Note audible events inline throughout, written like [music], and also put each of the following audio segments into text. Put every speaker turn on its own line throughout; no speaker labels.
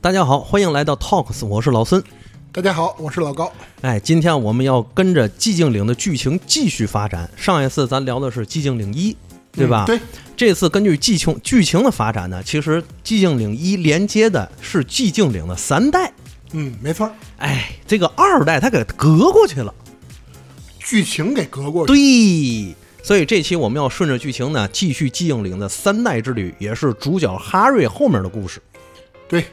大家好，欢迎来到 Talks，我是老孙。
大家好，我是老高。
哎，今天我们要跟着寂静岭的剧情继续发展。上一次咱聊的是寂静岭一，对吧？
嗯对，
这次根据剧情剧情的发展呢，其实寂静岭一连接的是寂静岭的三代。
嗯，没错儿，
哎，这个二代他给隔过去了。
剧情给隔过去。
对，所以这期我们要顺着剧情呢，继续寂静岭的三代之旅，也是主角哈瑞后面的故事。
对，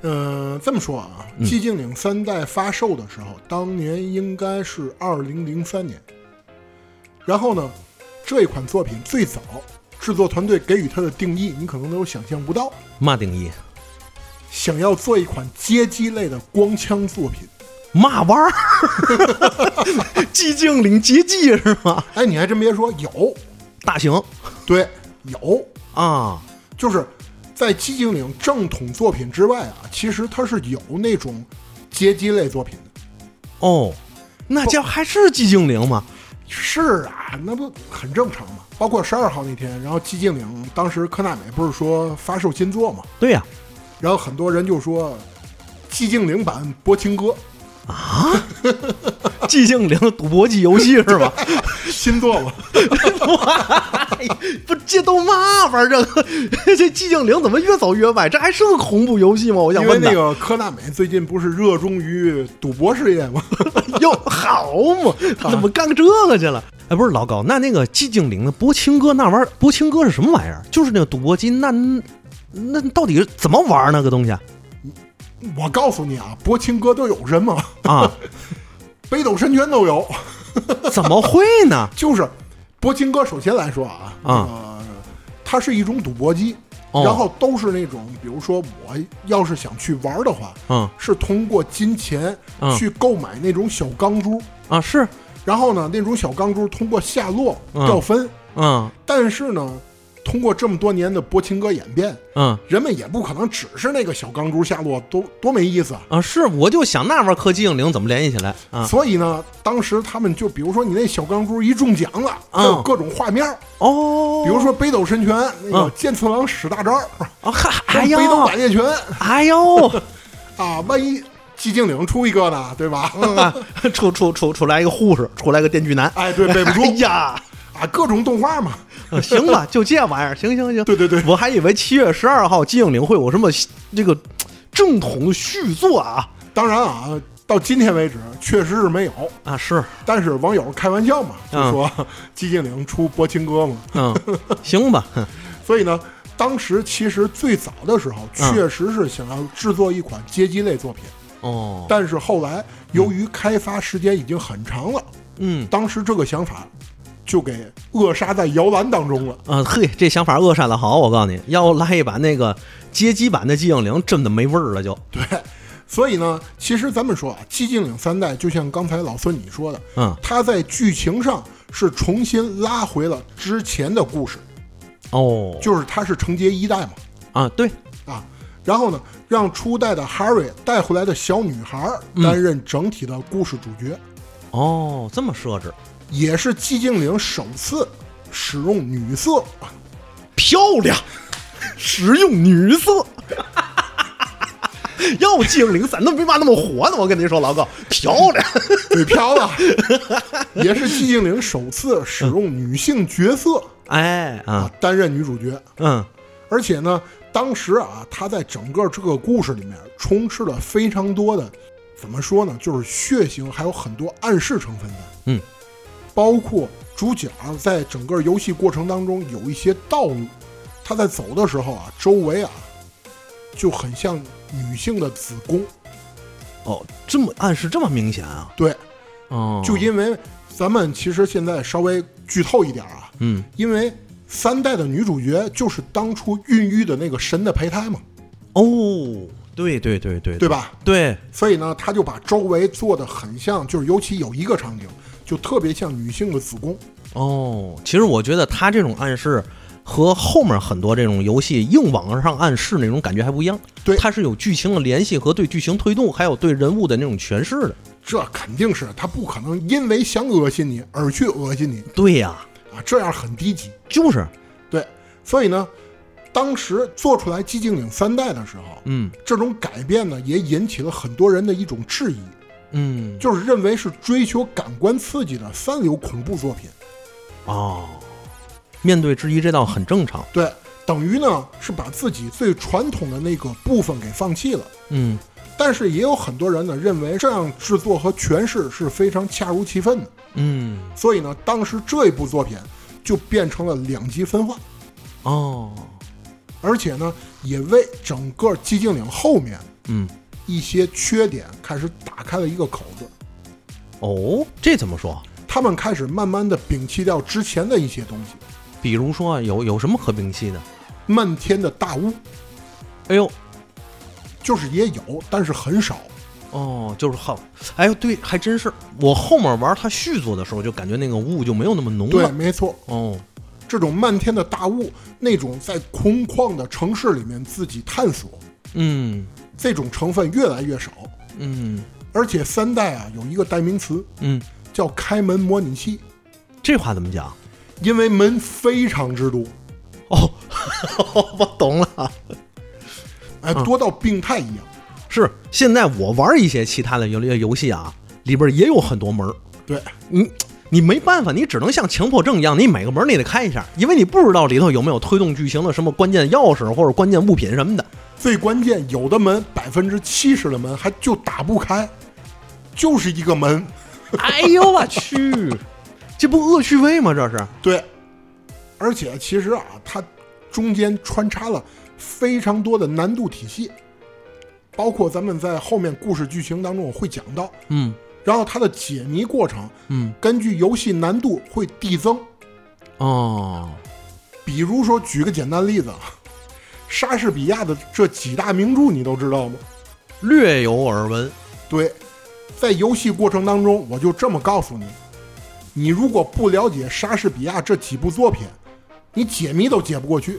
呃，这么说啊，寂静岭三代发售的时候，当年应该是二零零三年。然后呢，这一款作品最早制作团队给予它的定义，你可能都想象不到，
嘛定义？
想要做一款街机类的光枪作品。
嘛玩儿？ [laughs] 寂静岭结界是吗？
哎，你还真别说，有，
大型
对，有，
啊，
就是在寂静岭正统作品之外啊，其实它是有那种街机类作品的。
哦，那叫还是寂静岭吗？
是啊，那不很正常嘛。包括十二号那天，然后寂静岭当时科纳美不是说发售新作嘛，
对
[laughs]
呀、
然后很多人就说寂静岭版《波情歌》
[laughs] 寂静岭赌博机游戏是
[laughs]
吧？哎
新作嘛，
不，这都嘛玩意儿？这个 [laughs] 这寂静岭怎么越走越歪？这还是个恐怖游戏吗？我想
[laughs] 因为
问
那
的。
个科纳美最近不是热衷于赌博事业嘛，
哟，好嘛，他怎么干这个去了？哎，不是老高，那那个寂静岭的博青哥那玩意儿，博青哥是什么玩意儿？就是那个赌博机，那那到底是怎么玩儿那个东西啊？
[laughs] 我告诉你啊，《波情歌》都有什么，
啊，
北斗神拳都有，
怎么会呢？ [laughs]
就是《波情歌》。首先来说啊，
啊
呃，它是一种赌博机，
哦
然后都是那种，比如说我要是想去玩的话，
嗯
是通过金钱
嗯
去购买那种小钢珠，
啊，是，
然后呢，那种小钢珠通过下落
嗯
掉分。
嗯
但是呢，通过这么多年的波情歌演变，
嗯
人们也不可能只是那个小钢珠下落，多多没意思啊！
啊，是，我就想那玩意儿和寂静岭怎么联系起来啊？
所以呢，当时他们就比如说你那小钢珠一中奖了，
嗯
它有各种画面，
哦，
比如说北斗神拳那
嗯
个剑次郎使大招，
啊，嗨，哎
北斗
呦
百，裂拳
哎呦，
啊，万一寂静岭出一个呢，对吧？
[laughs] 啊出出出出来一个护士，出来个电锯男，
哎，对，背不住
哎呀，
啊，各种动画嘛，
啊 [laughs] 行吧，就这玩意儿，行行行，
对对对
我还以为七月十二号寂静岭会有什么这个正统的续作啊
当然啊，到今天为止确实是没有，
啊是，
但是网友开玩笑嘛，就
嗯
说寂静岭出波情歌嘛，
嗯，行吧，哼
所以呢，当时其实最早的时候
嗯
确实是想要制作一款街机类作品，
[laughs] 哦，
但是后来由于开发时间已经很长了，
嗯。
当时这个想法就给扼杀在摇篮当中了。
啊嘿，这想法扼杀的好，我告诉你，要来一把那个街机版的寂静岭，真的没味儿了就。
对，所以呢，其实咱们说啊，《寂静岭三代》就像刚才老孙你说的，
嗯，
它在剧情上是重新拉回了之前的故事，
哦，
就是它是承接一代嘛，
啊，对，
啊，然后呢，让初代的 Harry 带回来的小女孩担任整体的故事主角，
哦，这么设置，
也是寂静岭首次使用女色。
漂 [laughs] 亮，使用女色。 [laughs] 要精灵伞，那为嘛那么火呢？我跟您说，老高，漂亮。
[laughs] 嘴瓢了，也是寂静岭首次使用
嗯
女性角色
哎
啊
啊，
担任女主角，
嗯，
而且呢，当时啊，她在整个这个故事里面充斥了非常多的，怎么说呢，就是血腥，还有很多暗示成分在，
嗯，
包括主角在整个游戏过程当中有一些道路，他在走的时候啊，周围啊就很像女性的子宫，
哦，这么暗示这么明显啊？
对，
哦，
就因为咱们其实现在稍微剧透一点啊，
嗯，
因为三代的女主角就是当初孕育的那个神的胚胎嘛，
哦，对对对对
对？吧？
对，
所以呢，他就把周围做的很像，就是尤其有一个场景，就特别像女性的子宫。
哦，其实我觉得他这种暗示和后面很多这种游戏硬往上暗示那种感觉还不一样，
对
它是有剧情的联系和对剧情推动，还有对人物的那种诠释的。
这肯定是他不可能因为想恶心你而去恶心你
对呀、
啊，这样很低级。
就是，
对，所以呢，当时做出来《寂静岭三代》的时候，
嗯
这种改变呢，也引起了很多人的一种质疑，
嗯，
就是认为是追求感官刺激的三流恐怖作品。
哦，面对质疑这道很正常。
对，等于呢是把自己最传统的那个部分给放弃了。
嗯
但是也有很多人呢认为这样制作和诠释是非常恰如其分的，
嗯，
所以呢，当时这一部作品就变成了两极分化，
哦，
而且呢，也为整个寂静岭后面
嗯
一些缺点开始打开了一个口子。
哦，这怎么说？
他们开始慢慢的摒弃掉之前的一些东西，
比如说啊，有有什么可摒弃的？
漫天的大雾
哎呦，
就是也有，但是很少。
哦，就是好，哎呦，对，还真是。我后面玩它续作的时候，就感觉那个雾就没有那么浓
对，
了。
没错，
哦，
这种漫天的大雾，那种在空旷的城市里面自己探索，
嗯
这种成分越来越少。
嗯
而且三代啊有一个代名词
嗯，
叫开门模拟器，
这话怎么讲？
因为门非常之多，
哦， [laughs] 我懂了。
哎，多到病态一样。
是，现在我玩一些其他的游游戏啊，里边也有很多门儿，
对，
你你没办法，你只能像强迫症一样，你每个门儿你得开一下，因为你不知道里头有没有推动剧情的什么关键钥匙或者关键物品什
[laughs]
么的。
最关键有的门百分之七十的门还就打不开，就是一个门。
哎呦我去，这不恶趣味吗？这是，
对，而且其实啊，它中间穿插了非常多的难度体系，包括咱们在后面故事剧情当中我会讲到。
嗯
然后它的解谜过程
嗯
根据游戏难度会递增，
哦，
比如说举个简单例子啊，莎士比亚的这几大名著你都知道吗？
略有耳闻。
对，在游戏过程当中，我就这么告诉你，你如果不了解莎士比亚这几部作品，你解谜都解不过去。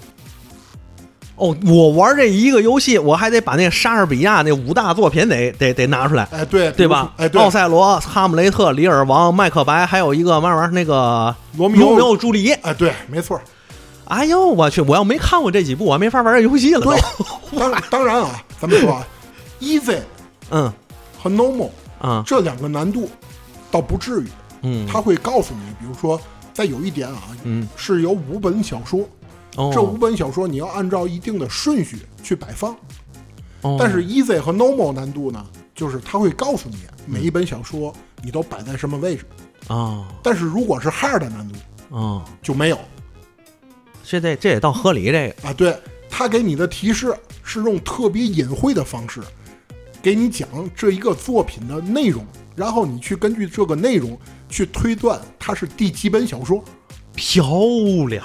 哦，我玩这一个游戏，我还得把那莎士比亚那五大作品得得得拿出来，
哎，对，
对吧？
比如说哎，对，
奥赛罗、哈姆雷特、里尔王、麦克白，还有一个嘛玩意儿那个
罗密欧
罗密欧朱丽叶。
哎，对，没错。
哎呦我去！我要没看过这几部，我还没法玩这游戏了都。
对当当然啊，咱们说啊，easy
[laughs] 嗯
和 normal
啊
这两个难度倒不至于，
嗯
他会告诉你，比如说，在有一点啊，
嗯，
是有五本小说，
哦
这五本小说你要按照一定的顺序去摆放。
哦
但是 easy 和 normal 难度呢，就是它会告诉你每一本小说你都摆在什么位置。
啊
但是如果是 hard 的难度
啊，
就没有
这这这也倒合理，这个
啊。对，它给你的提示是用特别隐晦的方式给你讲这一个作品的内容，然后你去根据这个内容去推断它是第几本小说。
漂亮。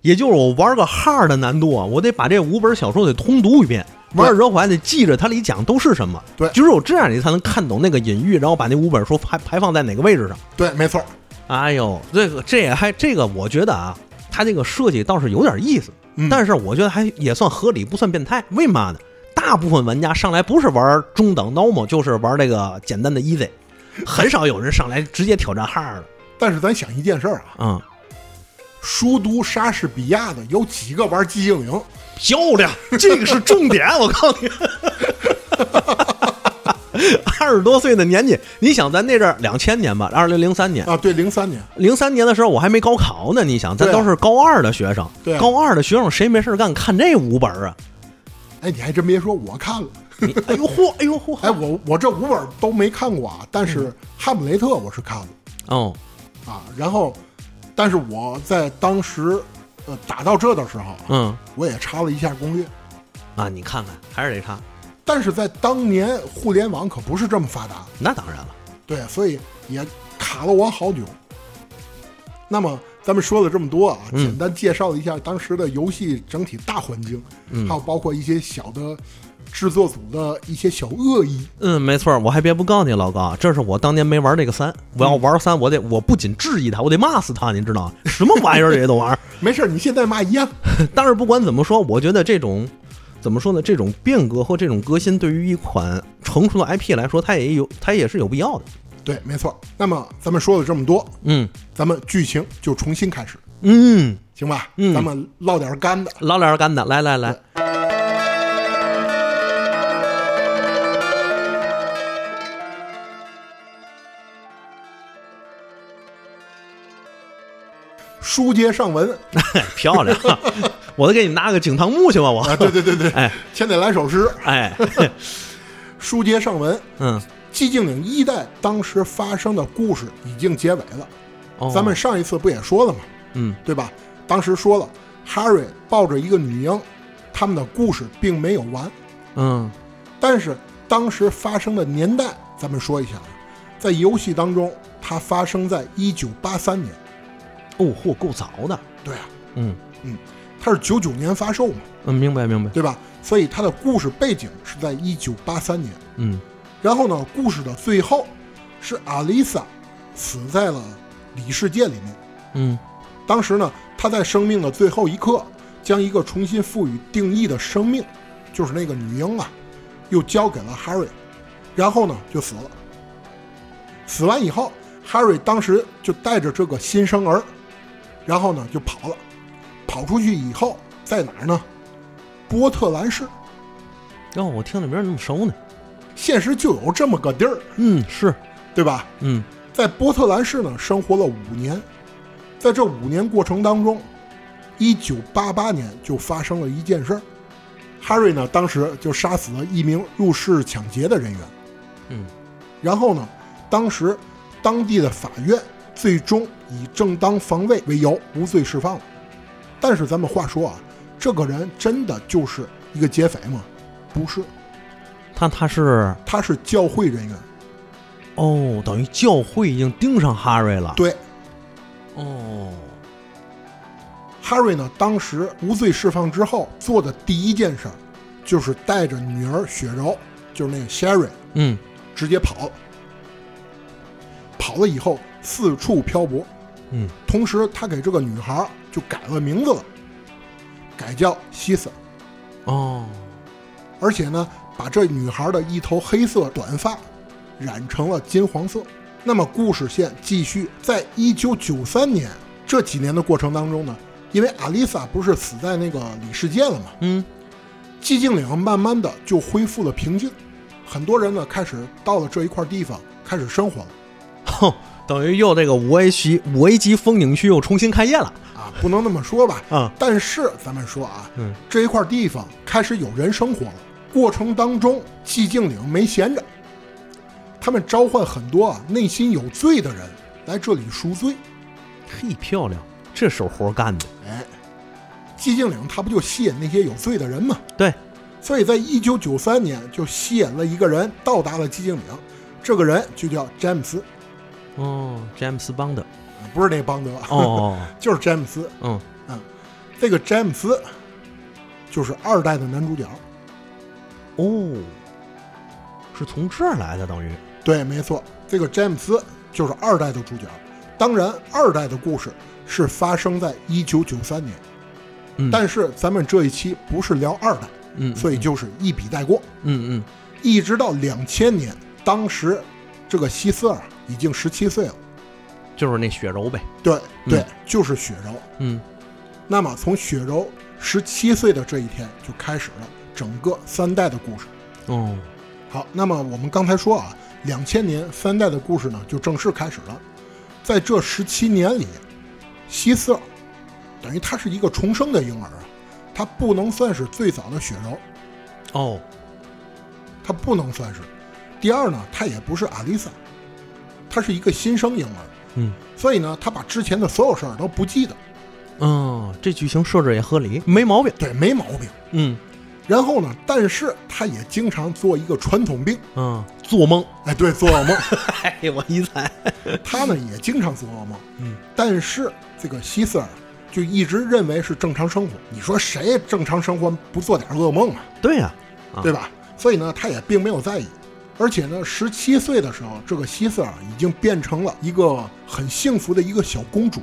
也就是我玩个 hard 的难度啊，我得把这五本小说得通读一遍，玩的时候我还得记着它里讲都是什么。
对
只有这样你才能看懂那个隐喻，然后把那五本书排排放在哪个位置上。
对，没错，
哎呦，这个这也还这个，我觉得啊，它这个设计倒是有点意思，
嗯
但是我觉得还也算合理，不算变态。为嘛呢？大部分玩家上来不是玩中等 normal，就是玩这个简单的 easy，很少有人上来直接挑战 hard 的。
但是咱想一件事儿啊，
嗯，
熟读莎士比亚的有几个玩寂静岭？
漂亮，这个是重点，我告诉你。 [laughs] 二十多岁的年纪，你想咱那阵儿两千年吧，二零零三年，
啊，对，零三年，
零三年的时候我还没高考呢，你想，咱
对啊
都是高二的学生，
对啊
高二的学生谁没事儿干看这五本
[laughs]
儿啊？
哎，你还真别说，我看了。
你哎呦嚯，哎呦嚯，
哎，我我这五本都没看过啊，但是《哈姆雷特》我是看了
哦，
啊。然后，但是我在当时呃打到这的时候啊，
嗯
我也查了一下攻略。
啊，你看看还是得看，
但是在当年互联网可不是这么发达，
那当然了，
对，所以也卡了我好久。那么咱们说了这么多啊，
嗯
简单介绍了一下当时的游戏整体大环境，
嗯
还有包括一些小的制作组的一些小恶意。
嗯，没错儿，我还别不告诉你老高，啊这是我当年没玩这个三，我要玩三，我得我不仅质疑他，我得骂死他，你知道吗什么玩意儿这些都玩意儿。 [laughs]
没事儿，你现在骂一样。
但是不管怎么说，我觉得这种怎么说呢？这种变革和这种革新，对于一款成熟的 IP 来说，它也有它也是有必要的。
对，没错。那么咱们说了这么多，
嗯，
咱们剧情就重新开始。
嗯，
行吧？
嗯
咱们唠点干的。
老点干的，来来来，
书接上文
漂亮！ [laughs] 我得给你拿个景堂木去吧，我。
啊，对对对对， [laughs]
哎
先得来首诗。
[laughs] 哎，
书接上文，
嗯，
寂静岭一代当时发生的故事已经结尾了。
哦
咱们上一次不也说了吗？
嗯
对吧？当时说了，Harry 抱着一个女婴，他们的故事并没有完。
嗯
但是当时发生的年代，咱们说一下啊，在游戏当中，它发生在一九八三年。
哦，嚯，够早的。
对啊，
嗯
它是九九年发售嘛，
嗯，明白明白。
对吧？所以它的故事背景是在一九八三年。
嗯
然后呢，故事的最后是阿丽萨死在了里世界里面。
嗯
当时呢，她在生命的最后一刻，将一个重新赋予定义的生命，就是那个女婴啊，又交给了 Harry，然后呢就死了。死完以后，Harry 当时就带着这个新生儿，然后呢就跑了。跑出去以后，在哪儿呢？波特兰市，
哟、我听着名儿怎么熟呢？
现实就有这么个地儿，
嗯，是，
对吧？
嗯
在波特兰市呢生活了五年，在这五年过程当中，一九八八年就发生了一件事儿，哈瑞呢当时就杀死了一名入室抢劫的人员，
嗯，
然后呢，当时当地的法院最终以正当防卫为由无罪释放了。但是咱们话说啊，这个人真的就是一个劫匪吗？不是，
他他是
他是教会人员。
哦，等于教会已经盯上哈瑞了。
对，
哦，
哈瑞呢，当时无罪释放之后做的第一件事儿，就是带着女儿雪柔，就是那个 Sherry，
嗯，
直接跑了。跑了以后四处漂泊，
嗯，
同时他给这个女孩儿就改了名字了，改叫西斯，
哦，
而且呢，把这女孩的一头黑色短发染成了金黄色。那么故事线继续，在一九九三年这几年的过程当中呢，因为阿丽萨不是死在那个里世界了嘛，
嗯，
寂静岭慢慢的就恢复了平静，很多人呢开始到了这一块地方开始生活了
哼，哦等于又这个五 A 级五 A 级风景区又重新开业了。
啊，不能那么说吧，
啊，
但是咱们说啊，
嗯，
这一块地方开始有人生活了。过程当中，寂静岭没闲着，他们召唤很多啊内心有罪的人来这里赎罪。
嘿，漂亮，这手活干的。
哎，寂静岭它不就吸引那些有罪的人吗？
对，
所以在一九九三年就吸引了一个人到达了寂静岭，这个人就叫詹姆斯，
哦，詹姆斯邦德。
啊不是那邦德，
哦，
[laughs] 就是詹姆斯。
嗯，
这个詹姆斯就是二代的男主角。
哦，是从这儿来的，等于。
对，没错，这个詹姆斯就是二代的主角。当然，二代的故事是发生在一九九三年，
嗯，
但是咱们这一期不是聊二代，
嗯，
所以就是一笔带过，
嗯嗯
一直到两千年，当时这个希斯尔已经十七岁了，
嗯，就是那雪柔呗。
对对，就是雪柔。
嗯，
那么从雪柔十七岁的这一天就开始了整个三代的故事。
哦，
好，那么我们刚才说啊，两千年三代的故事呢就正式开始了。在这十七年里，希瑟等于他是一个重生的婴儿啊，他不能算是最早的雪柔，
哦，
他不能算是。第二呢，他也不是阿丽萨，他是一个新生婴儿，
嗯。
所以呢，他把之前的所有事儿都不记得，
嗯，这剧情设置也合理，没毛病。
对，没毛病。
嗯
然后呢，但是他也经常做一个传统病，
嗯，做梦。
哎，对，做噩梦。
哎，我一猜。
他呢也经常做噩梦，
嗯，
但是这个希瑟尔就一直认为是正常生活。你说谁正常生活不做点噩梦啊，
对呀、啊
对吧？所以呢，他也并没有在意。而且呢，十七岁的时候，这个希瑟尔已经变成了一个很幸福的一个小公主，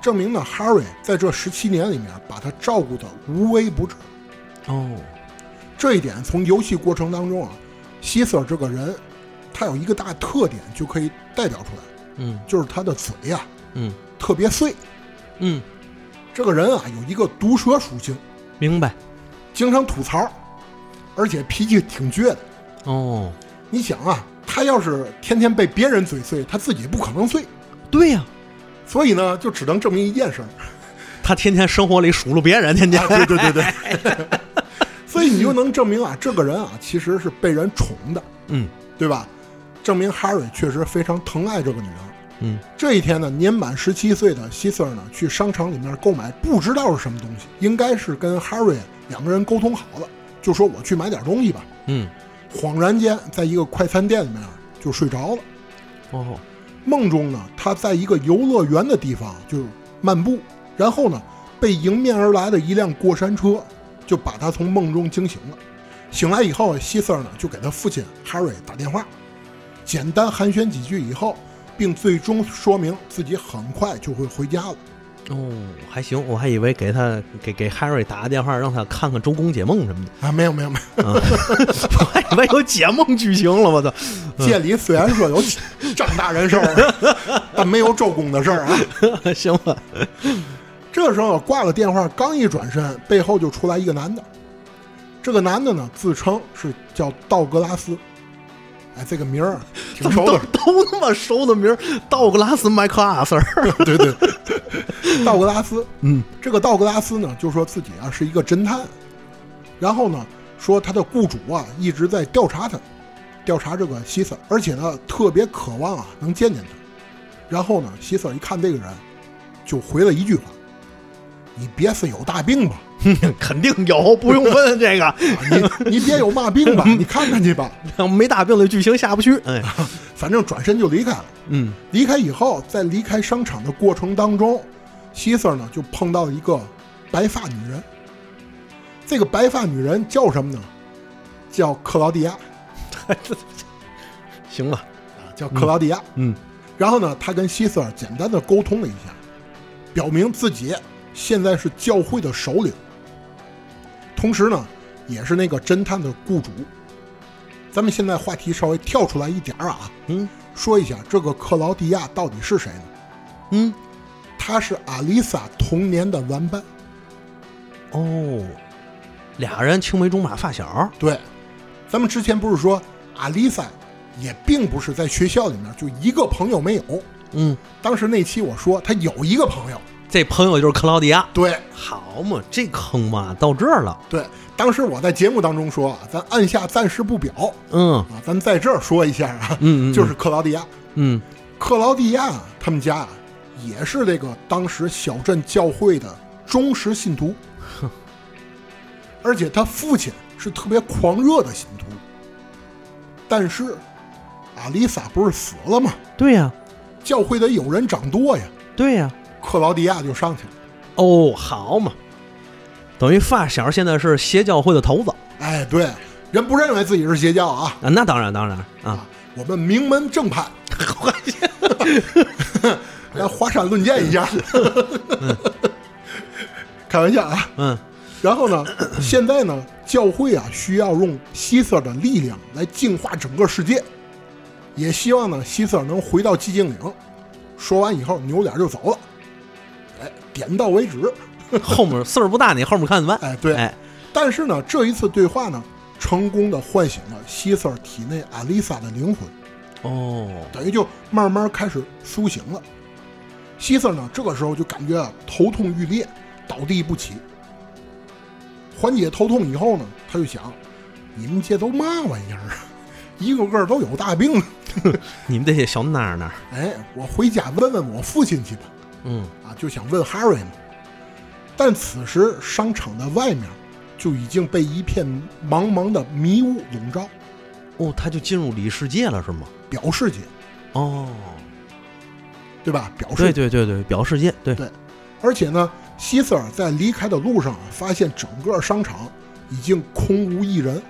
证明呢，哈瑞在这十七年里面把她照顾得无微不至。
哦，
这一点从游戏过程当中啊，希瑟尔这个人，他有一个大特点就可以代表出来，
嗯
就是他的嘴呀、
嗯
啊特别碎。
嗯，
这个人啊有一个毒舌属性，
明白？
经常吐槽，而且脾气挺倔的。
哦，
你想啊，他要是天天被别人嘴碎，他自己不可能碎，
对呀、
所以呢，就只能证明一件事儿：
他天天生活里数落别人，天天、
啊，对对对对。所以你就能证明啊，这个人啊其实是被人宠的，
[laughs] 嗯
对吧？证明哈瑞确实非常疼爱这个女儿。
嗯，
这一天呢，年满十七岁的希瑟呢，去商场里面购买不知道是什么东西，应该是跟哈瑞两个人沟通好了，就说我去买点东西吧。
嗯，
恍然间，在一个快餐店里面就睡着了。
哦，
梦中呢，他在一个游乐园的地方就漫步，然后呢，被迎面而来的一辆过山车就把他从梦中惊醒了。醒来以后，希瑟呢就给他父亲哈瑞打电话，简单寒暄几句以后，并最终说明自己很快就会回家了。
哦，还行，我还以为给他给给 Harry 打个电话，让他看看《周公解梦》什么的，
啊，没有没有没
啊、 [laughs] 我还以为有解梦剧情了，我操！
有，界里虽然说有张大人事儿，但没有周公的事儿啊。
[laughs] 行吧，
这时候挂了电话，刚一转身，背后就出来一个男的。这个男的呢，自称是叫道格拉斯。哎，这个名儿挺
怎
熟
么都
的，
都那么熟的名儿，道格拉斯麦克阿瑟儿，
[laughs] 对对，道格拉斯。
嗯，
这个道格拉斯呢，就说自己啊是一个侦探，然后呢，说他的雇主啊一直在调查他，调查这个希瑟，而且呢特别渴望啊能见见他。然后呢，希瑟一看这个人，就回了一句话：“你别是有大病吧？”
肯定有，不用问这个，
[laughs] 你你别有嘛病吧，你看看去吧。
没大病的剧情下不去。哎，
反正转身就离开了。
嗯，
离开以后，在离开商场的过程当中，希瑟呢就碰到了一个白发女人。这个白发女人叫什么呢？叫克劳迪亚
行吧，
啊，叫克劳迪亚。
嗯
然后呢，她跟希瑟简单的沟通了一下，表明自己现在是教会的首领，同时呢，也是那个侦探的雇主。咱们现在话题稍微跳出来一点儿啊，
嗯
说一下这个克劳迪亚到底是谁呢？
嗯，
她是阿丽萨童年的玩伴，
哦，俩人青梅竹马发小，
对，咱们之前不是说阿丽萨也并不是在学校里面就一个朋友没有，
嗯，
当时那期我说她有一个朋友，
这朋友就是克劳迪亚。
对
好嘛，这坑嘛到这儿了，
对，当时我在节目当中说啊，咱按下暂时不表
嗯
啊，咱在这儿说一下啊，
嗯嗯
就是克劳迪亚，
嗯，
克劳迪亚啊他们家啊也是这个当时小镇教会的忠实信徒，而且他父亲是特别狂热的信徒。但是，阿丽萨不是死了吗？
对呀、
教会得有人掌舵呀，
对呀、
克劳迪亚就上去了。
哦，好嘛，等于发小现在是邪教会的头子
哎，对，人不认为自己是邪教啊，
啊，那当然当然 [laughs] 啊，
我们名门正派，来华山论剑一下， [laughs] 开玩笑啊。
嗯
然后呢，现在呢，教会啊需要用希瑟的力量来净化整个世界，也希望呢希瑟能回到寂静岭。说完以后，扭脸就走了。哎，点到为止。
后面岁数不大，你后面看着办。
哎对
哎，
但是呢，这一次对话呢，成功的唤醒了希瑟体内阿丽萨的灵魂，
哦，
等于就慢慢开始苏醒了。希瑟呢，这个时候就感觉啊头痛欲裂，倒地不起。缓解头痛以后呢，他就想，你们这都嘛玩意儿啊， [laughs] 一个个都有大病。啊
你们这些小哪儿哪儿，
哎，我回家问问我父亲去吧。
嗯，
啊，就想问哈瑞嘛。但此时商场的外面就已经被一片茫茫的迷雾笼罩，
哦，他就进入里世界了是吗？
表世界，
哦，
对吧？表世
对
界。
对对对，表世界，对，
对而且呢，希瑟尔在离开的路上啊，发现整个商场已经空无一人，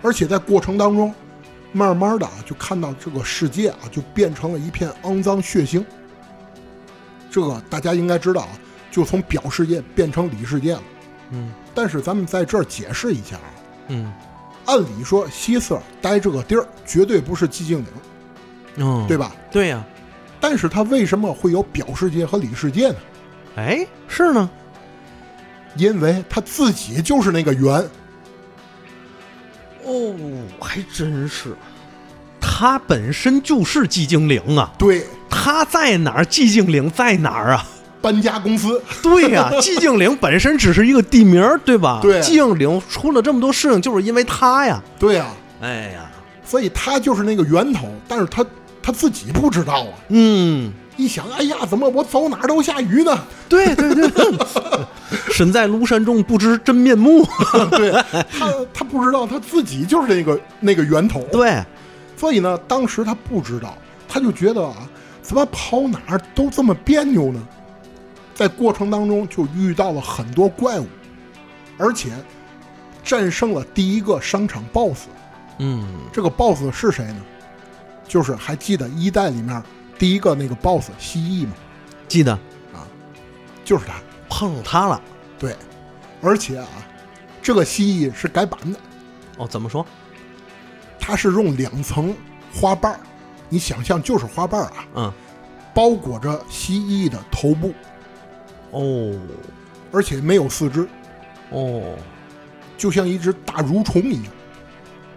而且在过程当中，慢慢的啊，就看到这个世界啊，就变成了一片肮脏血腥。这个大家应该知道啊，就从表世界变成里世界了。
嗯
但是咱们在这儿解释一下啊，
嗯
按理说希瑟尔待这个地儿绝对不是寂静岭，
嗯，
对吧？
对呀、
但是他为什么会有表世界和里世界呢？
哎，是呢，
因为他自己就是那个圆。
哦，还真是，他本身就是寂静岭啊，
对，
他在哪儿，寂静岭在哪儿啊？ [laughs]
搬家公司，
对 [laughs] 呀、寂静岭本身只是一个地名儿，对吧？
对
寂静岭出了这么多事情，就是因为他呀。
对啊，
哎呀，
所以他就是那个源头，但是他他自己不知道啊。
嗯，
一想，哎呀，怎么我走哪儿都下雨呢？ [laughs]
对对 [laughs] 对，身在庐山中不知真面目。
对他，他不知道他自己就是那个那个源头，
[laughs] 对，
所以呢，当时他不知道，他就觉得啊，怎么跑哪儿都这么别扭呢？在过程当中就遇到了很多怪物，而且战胜了第一个商场 BOSS。
嗯，
这个 BOSS 是谁呢？就是还记得一代里面第一个那个 BOSS 蜥蜴吗？
记得
就是他。
碰上他了。
对，而且啊，这个蜥蜴是改版的，
哦，怎么说？
它是用两层花瓣儿，你想象就是花瓣儿啊，
嗯，
包裹着蜥蜴的头部，
哦
而且没有四肢，
哦，
就像一只大蠕虫一样。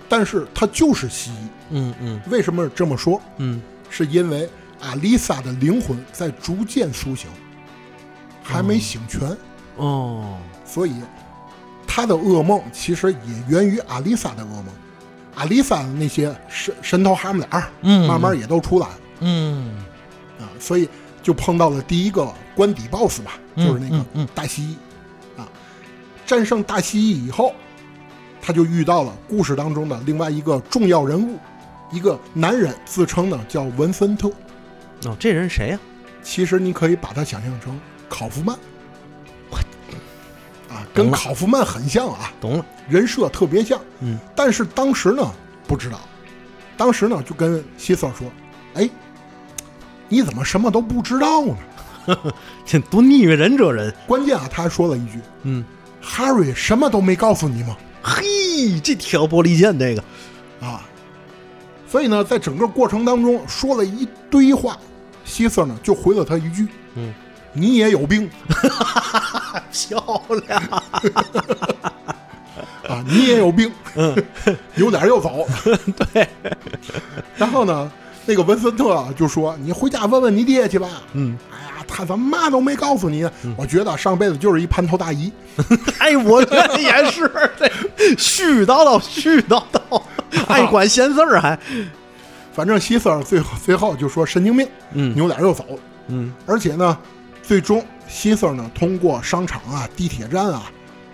但是它就是蜥蜴，
嗯嗯
为什么这么说？
嗯，
是因为阿丽萨的灵魂在逐渐苏醒，还没醒全，
哦，
所以他的噩梦其实也源于阿丽萨的噩梦。阿丽萨那些神神头蛤蟆脸儿，
嗯
慢慢也都出来了
嗯
啊，所以就碰到了第一个官邸 BOSS 吧，
嗯
就是那
嗯
个
嗯
大蜥蜴、啊。战胜大蜥蜴以后，他就遇到了故事当中的另外一个重要人物，一个男人，自称呢叫文森特。
哦，这人谁呀、
其实你可以把它想象成考夫曼，啊，跟
懂了
考夫曼很像啊，
懂了， [laughs]
人设特别像。
嗯，
但是当时呢不知道，当时呢就跟希瑟说：“哎，你怎么什么都不知道呢
这多腻歪人这人。？”
关键啊，他还说了一句
嗯，
：“Harry 什么都没告诉你吗
嘿，这挑拨离间这个，？”
啊，所以呢，在整个过程当中说了一堆话，希瑟呢就回了他一句：“
嗯，
你也有病
漂亮。
啊，你也有病。” [laughs]
嗯，
扭脸又
[laughs]
走。对，然后呢，那个文森特啊就说：“你回家问问你爹去吧。”
嗯，
哎呀，他怎么嘛都没告诉你呢？我觉得上辈子就是一盘头大姨。
[laughs] 哎，我觉得也是， [laughs] 这絮絮叨叨，絮絮叨叨， [laughs] 爱管闲事儿还，
反正希瑟尔最后最后就说神经病，
嗯
扭脸又走。
嗯
而且呢，最终希瑟尔呢通过商场啊、地铁站啊、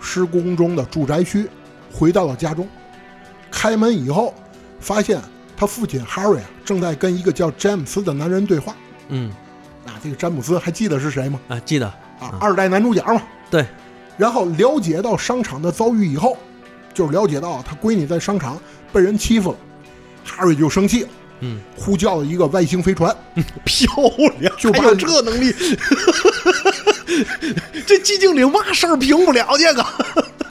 施工中的住宅区，回到了家中。开门以后，发现他父亲 Harry 啊正在跟一个叫詹姆斯的男人对话。
嗯
啊，这个詹姆斯还记得是谁吗？
啊，记得
啊，二代男主角嘛。
对，
然后了解到商场的遭遇以后，就是了解到他闺女在商场被人欺负了，哈瑞就生气了，
嗯，
呼叫了一个外星
[laughs]
飞船，
漂亮，
就
还
把
有这能力， [laughs] 这寂静岭嘛事儿平不了这个，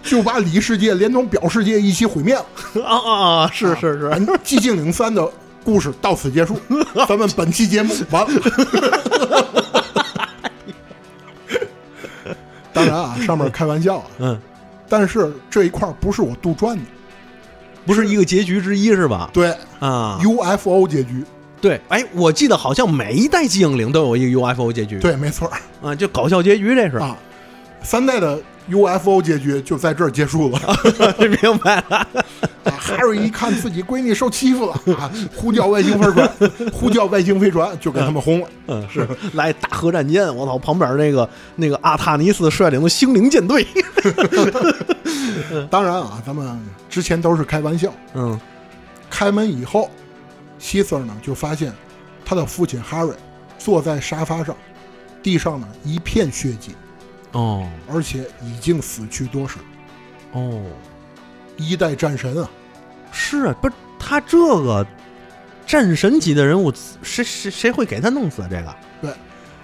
就把里世界连同表世界一起毁灭了。
[laughs] 啊啊啊，是是是，
咱《寂静岭三》的故事到此结束，
[laughs]
咱们本期节目完了。
[laughs]
当然啊，上面开玩笑啊，
嗯，
但是这一块儿不是我杜撰的，
不是一个结局之一是吧？
对
啊，
UFO 结局，
对，哎，我记得好像每一代寂静岭都有一个 UFO 结局，
对，没错儿。
啊，就搞笑结局这是，
啊，三代的 UFO 结局就在这儿结束了。
[laughs] 明白了，
啊哈瑞一看自己闺女受欺负了，啊，呼叫外星飞船，呼叫外星飞船就给他们轰了。
嗯， [laughs] 是来大核战舰，我操，旁边那个那个阿塔尼斯率领的星灵舰队，
当然啊，咱们之前都是开玩笑。
嗯
开门以后，希瑟呢就发现他的父亲哈瑞坐在沙发上，地上呢一片血迹，
[laughs] 哦
而且已经死去多时。
哦，
一代战神啊，
是啊，不是他这个战神级的人物，谁谁谁会给他弄死啊？这个，
对，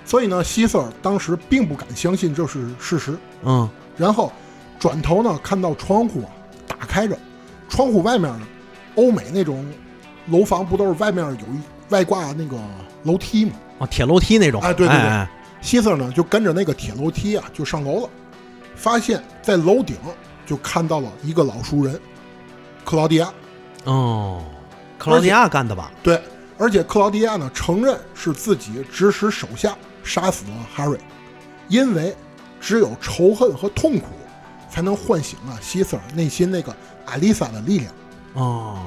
所以呢，希瑟当时并不敢相信这是事实。
嗯
然后转头呢，看到窗户啊打开着，窗户外面呢，欧美那种楼房不都是外面有一外挂那个楼梯吗？
哦，铁楼梯那种，
哎对对对
哎
希瑟呢就跟着那个铁楼梯啊就上楼了，发现在楼顶就看到了一个老熟人，克劳迪亚。
哦，克劳迪亚干的吧？
对，而且克劳迪亚呢承认是自己指使手下杀死了哈瑞，因为只有仇恨和痛苦才能唤醒啊希瑟尔内心那个艾丽莎的力量。
哦，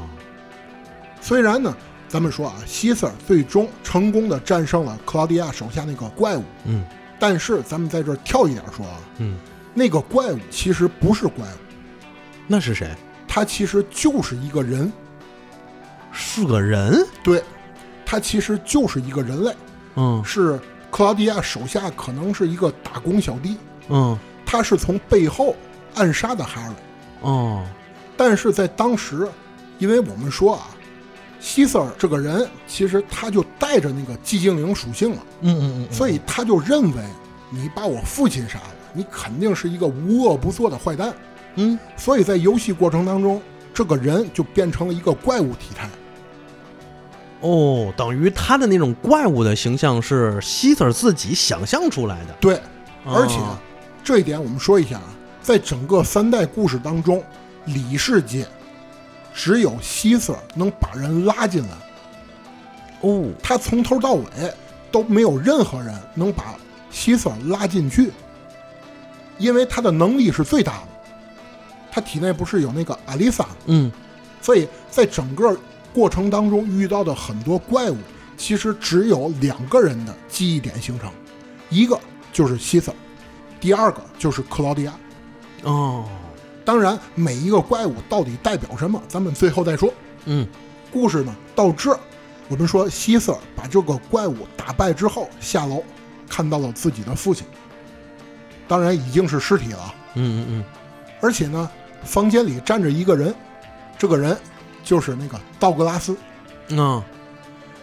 虽然呢，咱们说啊，希瑟尔最终成功的战胜了克劳迪亚手下那个怪物，
嗯
但是咱们在这儿跳一点说啊，
嗯，
那个怪物其实不是怪物，
那是谁？
它其实就是一个人，
是个人？
对，它其实就是一个人类，
嗯
是克劳迪亚手下可能是一个打工小弟，
嗯
他是从背后暗杀的哈瑞。
哦，
但是在当时，因为我们说啊，希瑟尔这个人其实他就带着那个寂静灵属性了，
嗯嗯嗯，
所以他就认为你把我父亲杀了，你肯定是一个无恶不作的坏蛋。
嗯
所以在游戏过程当中，这个人就变成了一个怪物体态。
哦，等于他的那种怪物的形象是希特尔自己想象出来的，
对，而且、
哦
这一点我们说一下啊，在整个三代故事当中，李世界只有希瑟尔能把人拉进来，
哦，
他从头到尾都没有任何人能把希瑟尔拉进去，因为他的能力是最大的。他体内不是有那个阿丽萨吗？
嗯
所以在整个过程当中遇到的很多怪物，其实只有两个人的记忆点形成，一个就是希瑟尔，第二个就是克劳迪亚。
哦，
当然，每一个怪物到底代表什么，咱们最后再说。
嗯
故事呢，到这儿，我们说希瑟尔把这个怪物打败之后下楼，看到了自己的父亲，当然已经是尸体了啊。
嗯嗯
而且呢，房间里站着一个人，这个人就是那个道格拉斯。
嗯，啊、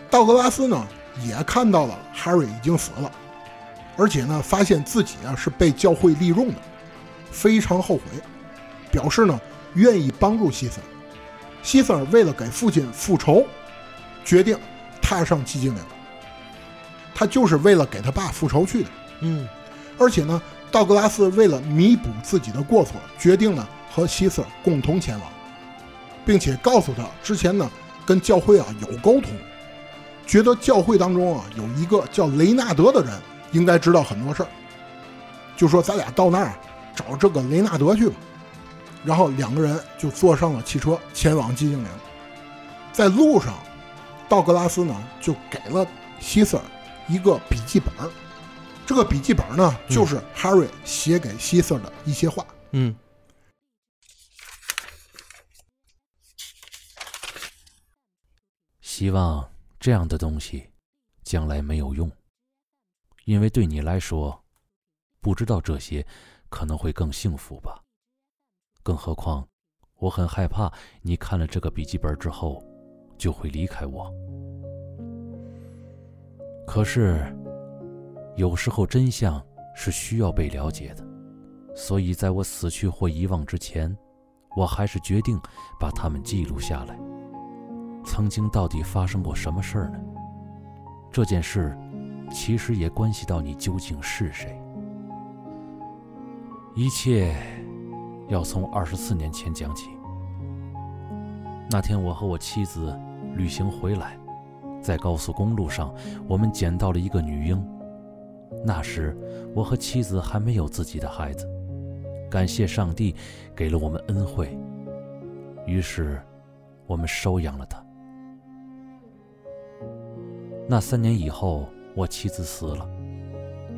道格拉斯呢也看到了哈瑞已经死了，而且呢发现自己啊是被教会利用的，非常后悔，表示呢愿意帮助希瑟尔。希瑟尔为了给父亲复仇，决定踏上寂静岭。他就是为了给他爸复仇去的，
嗯
而且呢，道格拉斯为了弥补自己的过错，决定呢和希瑟尔共同前往，并且告诉他之前呢跟教会啊有沟通，觉得教会当中啊有一个叫雷纳德的人应该知道很多事儿，就说咱俩到那儿啊找这个雷纳德去吧。然后两个人就坐上了汽车前往寂静岭，在路上，道格拉斯呢就给了希瑟尔一个笔记本儿。这个笔记本呢，就是哈瑞写给希瑟的一些话。
嗯，
希望这样的东西将来没有用，因为对你来说，不知道这些可能会更幸福吧。更何况，我很害怕你看了这个笔记本之后就会离开我。可是，有时候真相是需要被了解的，所以在我死去或遗忘之前，我还是决定把它们记录下来。曾经到底发生过什么事儿呢？这件事其实也关系到你究竟是谁。一切要从二十四年前讲起。那天我和我妻子旅行回来，在高速公路上，我们捡到了一个女婴。那时我和妻子还没有自己的孩子，感谢上帝给了我们恩惠。于是。我们收养了他。那三年以后，我妻子死了，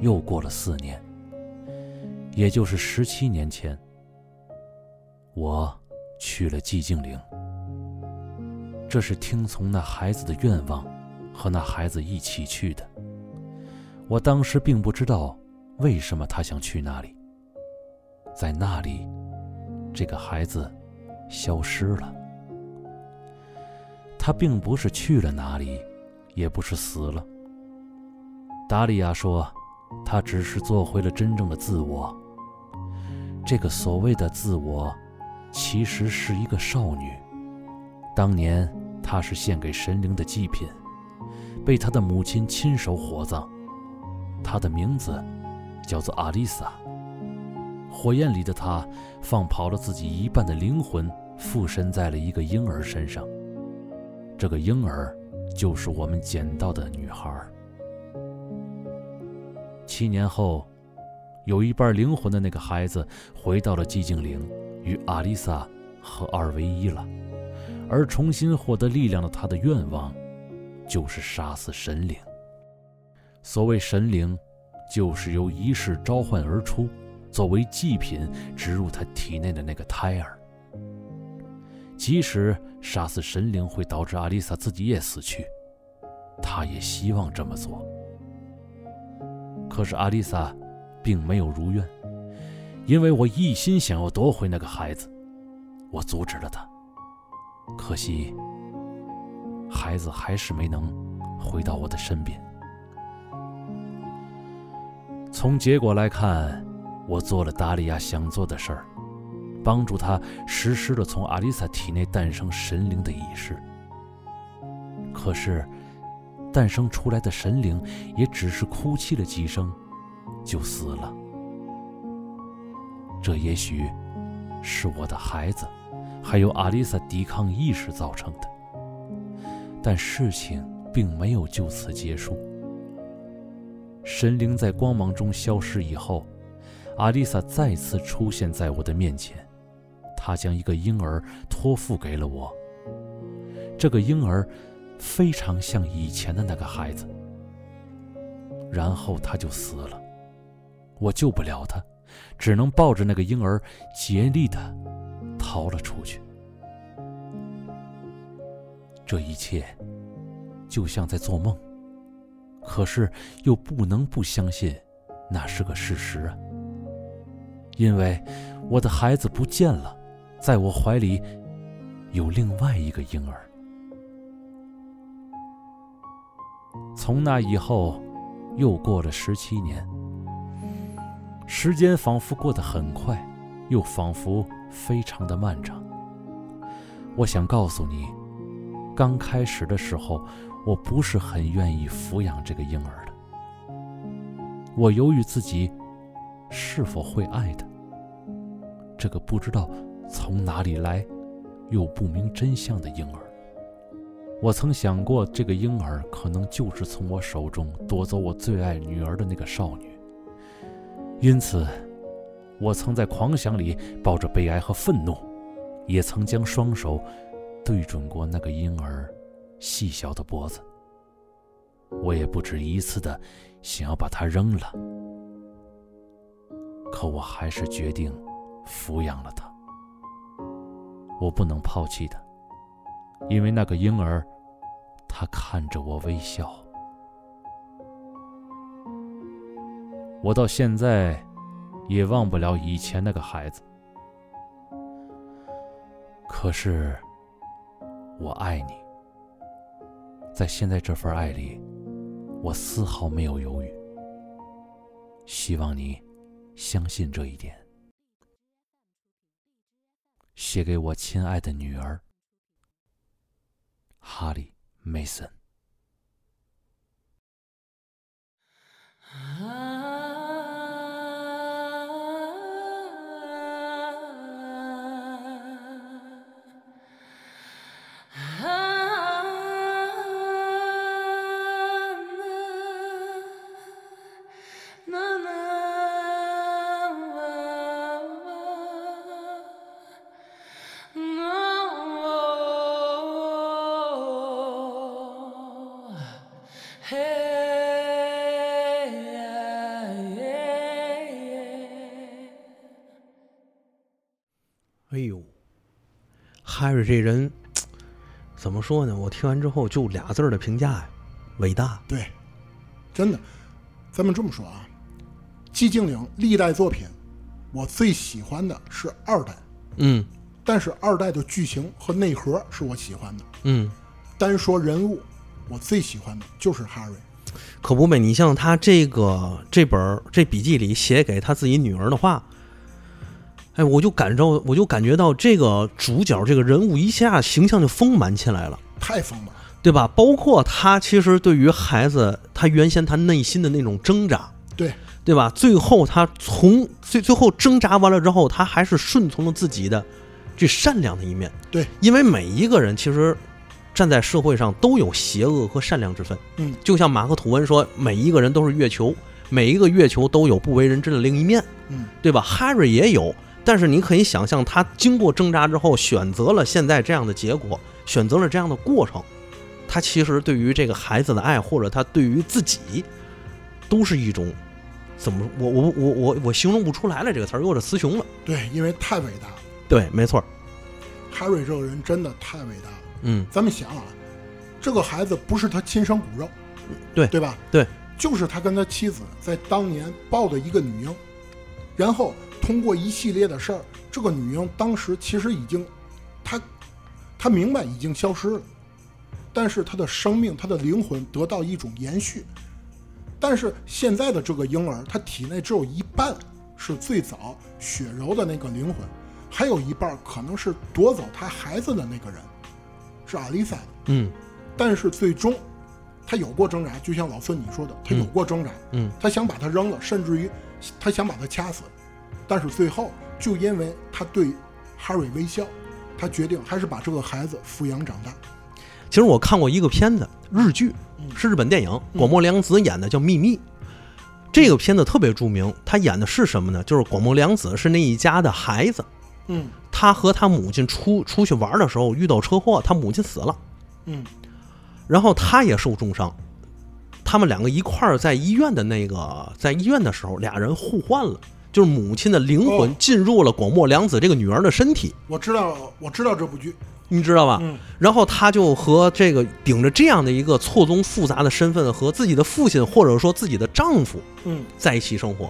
又过了四年，也就是十七年前，我去了寂静岭。这是听从那孩子的愿望，和那孩子一起去的。我当时并不知道为什么他想去那里，在那里，这个孩子消失了。他并不是去了哪里，也不是死了。达利亚说，他只是做回了真正的自我。这个所谓的自我，其实是一个少女。当年她是献给神灵的祭品，被她的母亲亲手火葬。她的名字叫做阿丽萨。火焰里的她放跑了自己一半的灵魂，附身在了一个婴儿身上。这个婴儿就是我们捡到的女孩儿。七年后，有一半灵魂的那个孩子回到了寂静岭，与阿丽萨合二为一了。而重新获得力量的他的愿望，就是杀死神灵。所谓神灵，就是由仪式召唤而出，作为祭品植入他体内的那个胎儿。即使杀死神灵会导致阿丽萨自己也死去，他也希望这么做。可是阿丽萨并没有如愿，因为我一心想要夺回那个孩子，我阻止了他。可惜，孩子还是没能回到我的身边。从结果来看，我做了达利亚想做的事儿，帮助他实施了从阿丽萨体内诞生神灵的仪式。可是，诞生出来的神灵也只是哭泣了几声，就死了。这也许是我的孩子。还有阿丽萨抵抗意识造成的，但事情并没有就此结束。神灵在光芒中消失以后，阿丽萨再次出现在我的面前，她将一个婴儿托付给了我。这个婴儿非常像以前的那个孩子，然后他就死了。我救不了他，只能抱着那个婴儿，竭力的。逃了出去。这一切就像在做梦，可是又不能不相信那是个事实啊！因为我的孩子不见了，在我怀里有另外一个婴儿。从那以后，又过了十七年，时间仿佛过得很快，又仿佛……非常的漫长。我想告诉你，刚开始的时候，我不是很愿意抚养这个婴儿的。我犹豫自己是否会爱他。这个不知道从哪里来，又不明真相的婴儿。我曾想过，这个婴儿可能就是从我手中夺走我最爱女儿的那个少女。因此。我曾在狂想里抱着悲哀和愤怒，也曾将双手对准过那个婴儿细小的脖子。我也不止一次的想要把它扔了，可我还是决定抚养了他。我不能抛弃他，因为那个婴儿，他看着我微笑。我到现在。也忘不了以前那个孩子。可是，我爱你。在现在这份爱里，我丝毫没有犹豫。希望你相信这一点。写给我亲爱的女儿，哈利·梅森。
哎呦，Harry 这人怎么说呢？我听完之后就俩字儿的评价呀，伟大。
对，真的，咱们这么说啊，寂静岭历代作品，我最喜欢的是二代，
嗯
但是二代的剧情和内核是我喜欢的。
嗯，
单说人物，我最喜欢的就是哈瑞。
可不呗。你像他这个这本儿这笔记里写给他自己女儿的话，哎，我就感受，我就感觉到这个主角这个人物一下形象就丰满起来了。
太丰满了，
对吧？包括他其实对于孩子，他原先他内心的那种挣扎，
对
对吧？最后他从最最后挣扎完了之后，他还是顺从了自己的这善良的一面。
对，
因为每一个人其实站在社会上都有邪恶和善良之分。
嗯，
就像马克吐温说，每一个人都是月球，每一个月球都有不为人知的另一面，
嗯，
对吧？Harry 也有，但是你可以想象，他经过挣扎之后，选择了现在这样的结果，选择了这样的过程。他其实对于这个孩子的爱，或者他对于自己，都是一种怎么我我我我我形容不出来了这个词儿，有点词穷了。
对，因为太伟大了，
对，没错儿，
哈瑞这个人真的太伟大了。
嗯，
咱们想啊，这个孩子不是他亲生骨肉，
对
对吧？
对，嗯
就是他跟他妻子在当年抱的一个女婴，然后通过一系列的事儿，这个女婴当时其实已经，她，她明白已经消失了，但是她的生命、她的灵魂得到一种延续。但是现在的这个婴儿，他体内只有一半是最早血柔的那个灵魂，还有一半可能是夺走他孩子的那个人，是阿丽萨。
嗯
但是最终，他有过挣扎，就像老孙你说的，他有过挣扎，
嗯，
他想把他扔了，甚至于他想把他掐死，但是最后就因为他对哈瑞微笑，他决定还是把这个孩子抚养长大。
其实我看过一个片子，日剧是日本电影，广末凉子演的叫《秘密》。这个片子特别著名，她演的是什么呢？就是广末凉子是那一家的孩子，
嗯
她和她母亲出出去玩的时候遇到车祸，她母亲死了，
嗯
然后她也受重伤，他们两个一块儿在医院的那个在医院的时候，俩人互换了，就是母亲的灵魂
哦
进入了广末凉子这个女儿的身体，
我知道，我知道这部剧。
你知道吧？
嗯
然后他就和这个顶着这样的一个错综复杂的身份，和自己的父亲或者说自己的丈夫
嗯
在一起生活，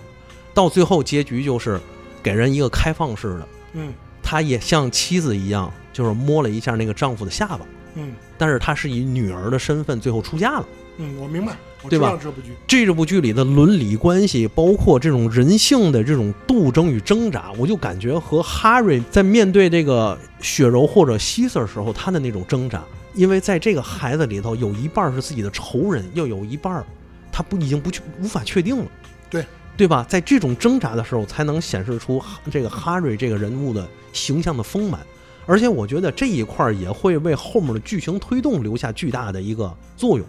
到最后结局就是给人一个开放式的，
嗯
他也像妻子一样，就是摸了一下那个丈夫的下巴，
嗯
但是他是以女儿的身份最后出嫁了。
嗯，我明白，我
对
知
吧
道这部剧。
这部剧里的伦理关系，包括这种人性的这种斗争与挣扎，我就感觉和哈瑞在面对这个雪柔或者希瑟时候他的那种挣扎，因为在这个孩子里头有一半是自己的仇人，又有一半儿他不已经不去无法确定了，
对
对吧？在这种挣扎的时候，才能显示出哈这个哈瑞这个人物的形象的丰满。而且我觉得这一块儿也会为后面的剧情推动留下巨大的一个作用。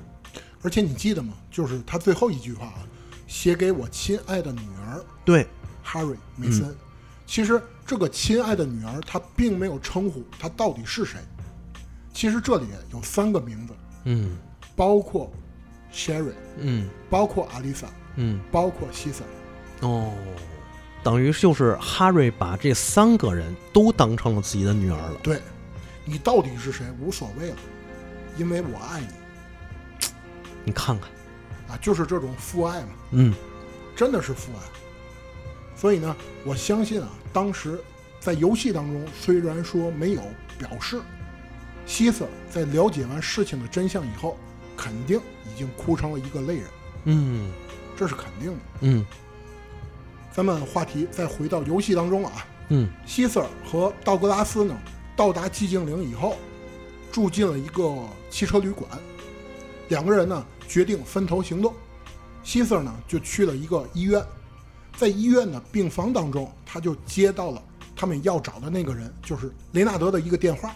而且你记得吗？就是他最后一句话啊，写给我亲爱的女儿
对，
哈瑞梅森。其实这个亲爱的女儿，她并没有称呼她到底是谁。其实这里有三个名字，
嗯
包括 Sherry，
嗯
包括 Alisa，
嗯。
包括西森。
哦，等于就是哈瑞把这三个人都当成了自己的女儿了。
对，你到底是谁无所谓了，因为我爱你
你看看，
啊，就是这种父爱嘛。
嗯
真的是父爱。所以呢，我相信啊，当时在游戏当中，虽然说没有表示，希瑟在了解完事情的真相以后，肯定已经哭成了一个泪人，
嗯
这是肯定的。
嗯
咱们话题再回到游戏当中啊，
嗯
希瑟和道格拉斯呢到达寂静岭以后，住进了一个汽车旅馆，两个人呢决定分头行动。希瑟呢就去了一个医院，在医院的病房当中，他就接到了他们要找的那个人，就是雷纳德的一个电话。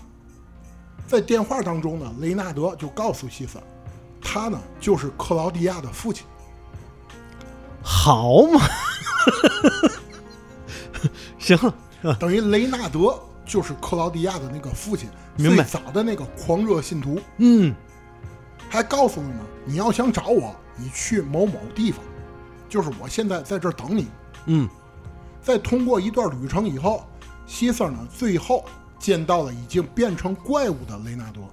在电话当中呢，雷纳德就告诉希瑟，他呢就是克劳迪亚的父亲。
好嘛， [laughs] 行了，
等于雷纳德就是克劳迪亚的那个父亲，
明白
最早的那个狂热信徒，
嗯
还告诉你呢，你要想找我，你去某某地方，就是我现在在这儿等你。
嗯
在通过一段旅程以后，希瑟呢最后见到了已经变成怪物的雷纳多，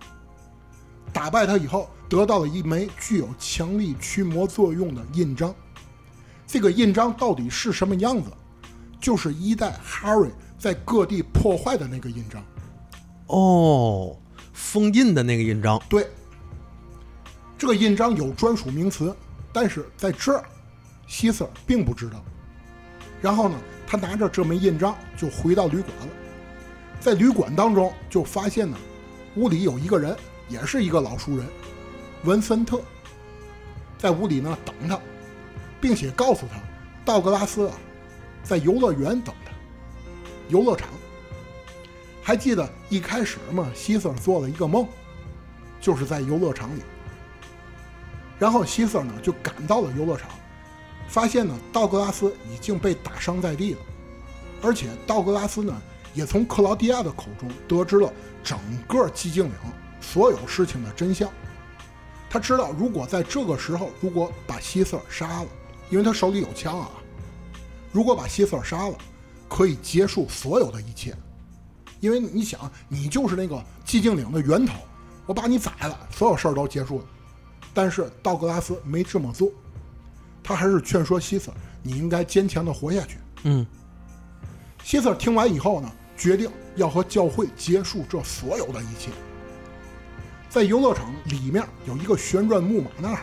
打败他以后，得到了一枚具有强力驱魔作用的印章。这个印章到底是什么样子？就是一代哈瑞在各地破坏的那个印章。
哦，封印的那个印章，
对，这个印章有专属名词，但是在这儿，希瑟并不知道。然后呢，他拿着这枚印章就回到旅馆了，在旅馆当中就发现呢，屋里有一个人也是一个老熟人，文森特，在屋里呢等他，并且告诉他，道格拉斯啊，在游乐园等他，游乐场。还记得一开始嘛，希瑟做了一个梦，就是在游乐场里。然后希瑟呢就赶到了游乐场，发现呢道格拉斯已经被打伤在地了，而且道格拉斯呢也从克劳迪亚的口中得知了整个寂静岭所有事情的真相。他知道，如果在这个时候，如果把希瑟尔杀了，因为他手里有枪啊，如果把希瑟尔杀了，可以结束所有的一切。因为你想，你就是那个寂静岭的源头，我把你宰了，所有事儿都结束了。但是道格拉斯没这么做，他还是劝说希瑟尔，你应该坚强的活下去。
嗯，
希瑟尔听完以后呢，决定要和教会结束这所有的一切。在游乐场里面有一个旋转木马那儿，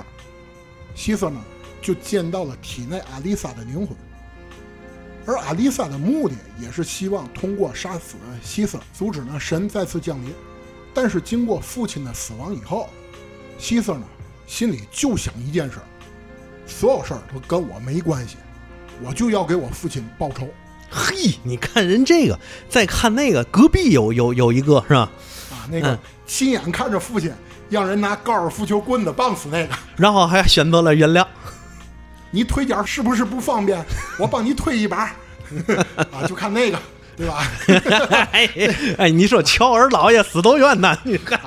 希瑟呢就见到了体内阿丽萨的灵魂，而阿丽萨的目的也是希望通过杀死希瑟，阻止呢神再次降临。但是经过父亲的死亡以后，希瑟呢心里就想一件事儿，所有事儿都跟我没关系，我就要给我父亲报仇。
嘿，你看人这个，再看那个，隔壁有有有一个是吧？
啊，那个
嗯
亲眼看着父亲让人拿高尔夫球棍子棒死那个，
然后还选择了原谅。 [laughs]
你腿脚是不是不方便？我帮你推一把， [laughs] 啊，就看那个，对吧？ [laughs]
哎哎，你说乔尔老爷死都怨呐，你看，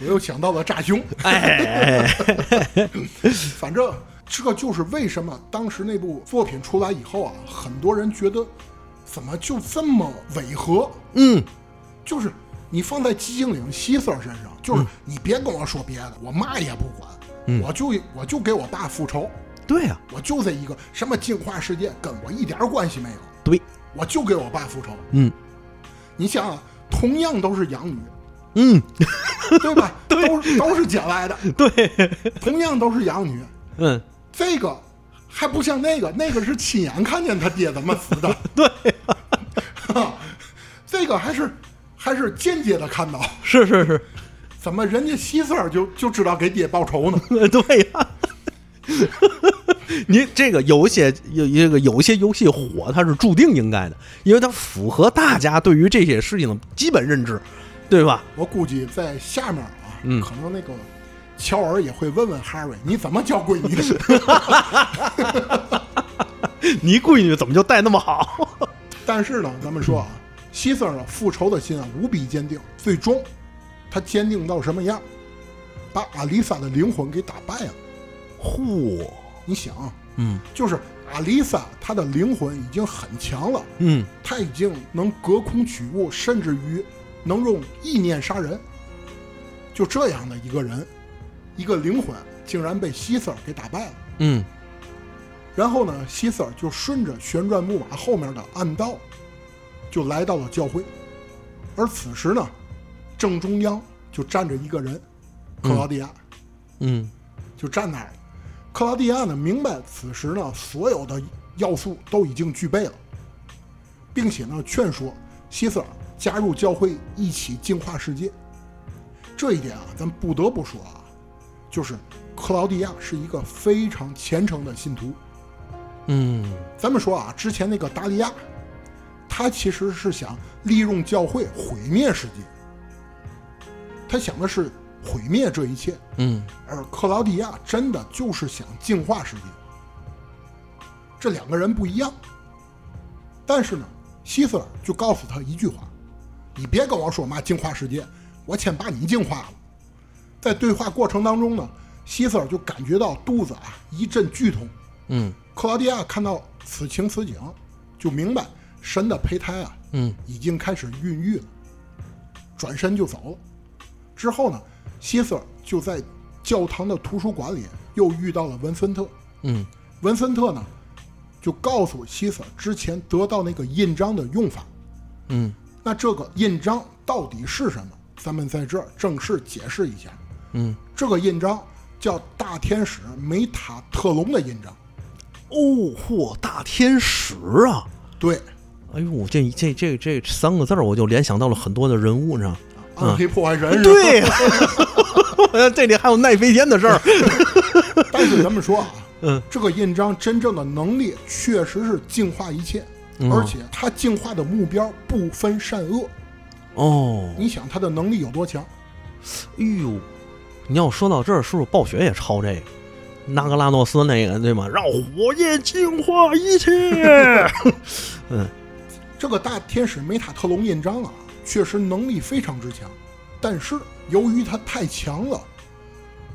我又想到了炸胸，
哎，
反正这就是为什么当时那部作品出来以后啊，很多人觉得怎么就这么违和？
嗯，
就是你放在寂静岭希瑟身上，就是你别跟我说别的，我嘛也不管，我就我就给我爸复仇。
对啊呀、
我就这一个什么进化世界，跟我一点关系没有，
对，
我就给我爸复仇。
嗯
你想想，同样都是养女，
嗯，
对吧？都是都是捡来的，
[laughs] 对，
同样都是养女，
[laughs] 嗯
这个还不像那个，那个是亲眼看见他爹怎么死的，对、 [laughs] 这个还是还是间接的看到，
是是是， [laughs]
怎么人家希瑟尔就就知道给爹报仇呢？
呃对呀、 [laughs] 你这个有一些有这个有一些游戏火，它是注定应该的，因为它符合大家对于这些事情的基本认知，对吧？ [laughs]
我估计在下面啊，
嗯
可能那个乔尔也会问问哈瑞，你怎么教闺女
[laughs]
的？
你闺女怎么就带那么好？ [laughs]
但是呢，咱们说啊，希瑟呢复仇的心啊无比坚定，最终他坚定到什么样？把阿丽萨的灵魂给打败了。
嚯，
你想啊，
嗯
就是阿丽萨她的灵魂已经很强了，
嗯，
她已经能隔空取物，甚至于能用意念杀人。就这样的一个人，一个灵魂竟然被希瑟给打败了。
嗯
然后呢，希瑟尔就顺着旋转木马后面的暗道，就来到了教会。而此时呢，正中央就站着一个人，克劳迪亚，
嗯
就站那儿了。克劳迪亚呢，明白此时呢，所有的要素都已经具备了，并且呢，劝说希瑟尔加入教会，一起净化世界。这一点啊，咱不得不说啊，就是克劳迪亚是一个非常虔诚的信徒。
嗯，
咱们说啊，之前那个达利亚，他其实是想利用教会毁灭世界，他想的是毁灭这一切，
嗯
而克劳迪亚真的就是想净化世界。这两个人不一样，但是呢，希瑟尔就告诉他一句话：“你别跟我说嘛净化世界，我先把你净化了。”在对话过程当中呢，希瑟尔就感觉到肚子啊一阵剧痛，
嗯
克劳迪亚看到此情此景，就明白神的胚胎啊
嗯
已经开始孕育了，转身就走了。之后呢，希瑟尔就在教堂的图书馆里又遇到了文森特。
嗯
文森特呢，就告诉希瑟尔之前得到那个印章的用法。
嗯
那这个印章到底是什么？咱们在这儿正式解释一下。
嗯，
这个印章叫大天使梅塔特隆的印章。
哦嚯，大天使啊！
对，
哎呦，这这这这三个字儿，我就联想到了很多的人物，你知道吗？嗯
暗黑破坏
哎
神是吧？
[laughs] 对，这里还有奈飞天的事儿。
[laughs] 但是咱们说啊，
嗯，
这个印章真正的能力啊确实是净化一切，
嗯
而且它净化的目标不分善恶。
哦，
你想它的能力有多强？
哎呦，你要说到这儿，是不是暴雪也抄这个？纳格拉诺斯那个对吗？让火焰净化一切。嗯，
这个大天使梅塔特隆印章啊，确实能力非常之强，但是由于它太强了，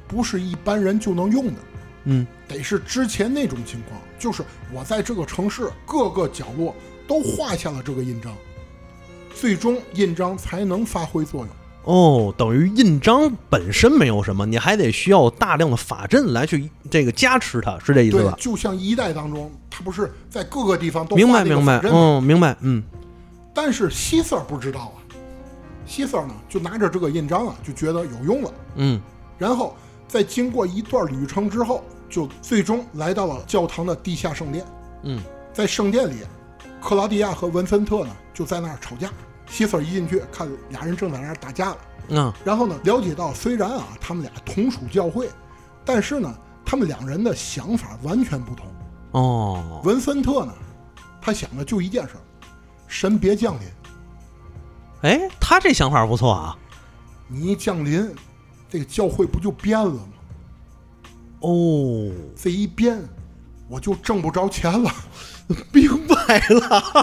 不是一般人就能用的。
嗯，
得是之前那种情况，就是我在这个城市各个角落都画下了这个印章，最终印章才能发挥作用。
[laughs] 哦，等于印章本身没有什么，你还得需要大量的法阵来去这个加持它，是这意思
对，
吧？
就像一代当中，他不是在各个地方都
明白，
画那个
明白
法，阵吗？
嗯，明白，嗯，
但是希瑟尔不知道啊，希瑟尔呢就拿着这个印章啊，就觉得有用了。
嗯，
然后在经过一段旅程之后，就最终来到了教堂的地下圣殿。
嗯，
在圣殿里，克劳迪亚和文森特呢就在那儿吵架。希瑟尔一进去，看俩人正在那儿打架了。
啊，
然后呢，了解到虽然啊他们俩同属教会，但是呢，他们两人的想法完全不同。
哦，
文森特呢，他想的就一件事儿：神别降临，
哎，他这想法不错啊。
你一降临，这个教会不就变了吗？
哦，
这一变，我就挣不着钱了。
明白了，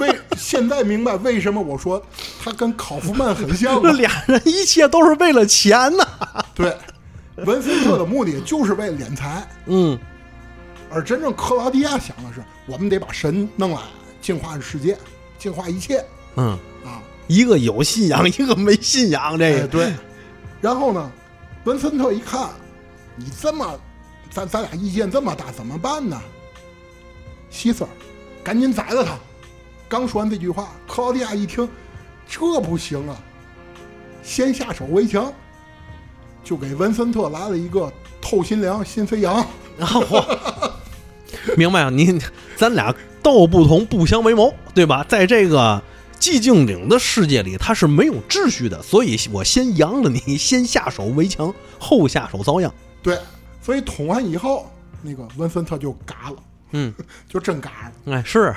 为现在明白为什么我说他跟考夫曼
[laughs]
很像了。
俩人一切都是为了钱呐、
对，文森特的目的就是为敛财，
嗯，
而真正克劳迪亚想的是，我们得把神弄来净化世界，净化一切
嗯，
啊。
一个有信仰，一个没信仰，这
哎，
个
对。然后呢，文森特一看，你这么，咱咱俩意见这么大，怎么办呢？希瑟尔，赶紧宰了他！刚说完这句话，克劳迪亚一听，这不行啊，先下手为强，就给文森特来了一个透心凉、心飞扬。
然后我明白了，啊您咱俩道不同不相为谋，对吧？在这个寂静岭的世界里，它是没有秩序的，所以我先扬了你，先下手为强，后下手遭殃。
对，所以捅完以后，那个文森特就嘎了，
嗯，
[laughs] 就真嘎了。
哎，是，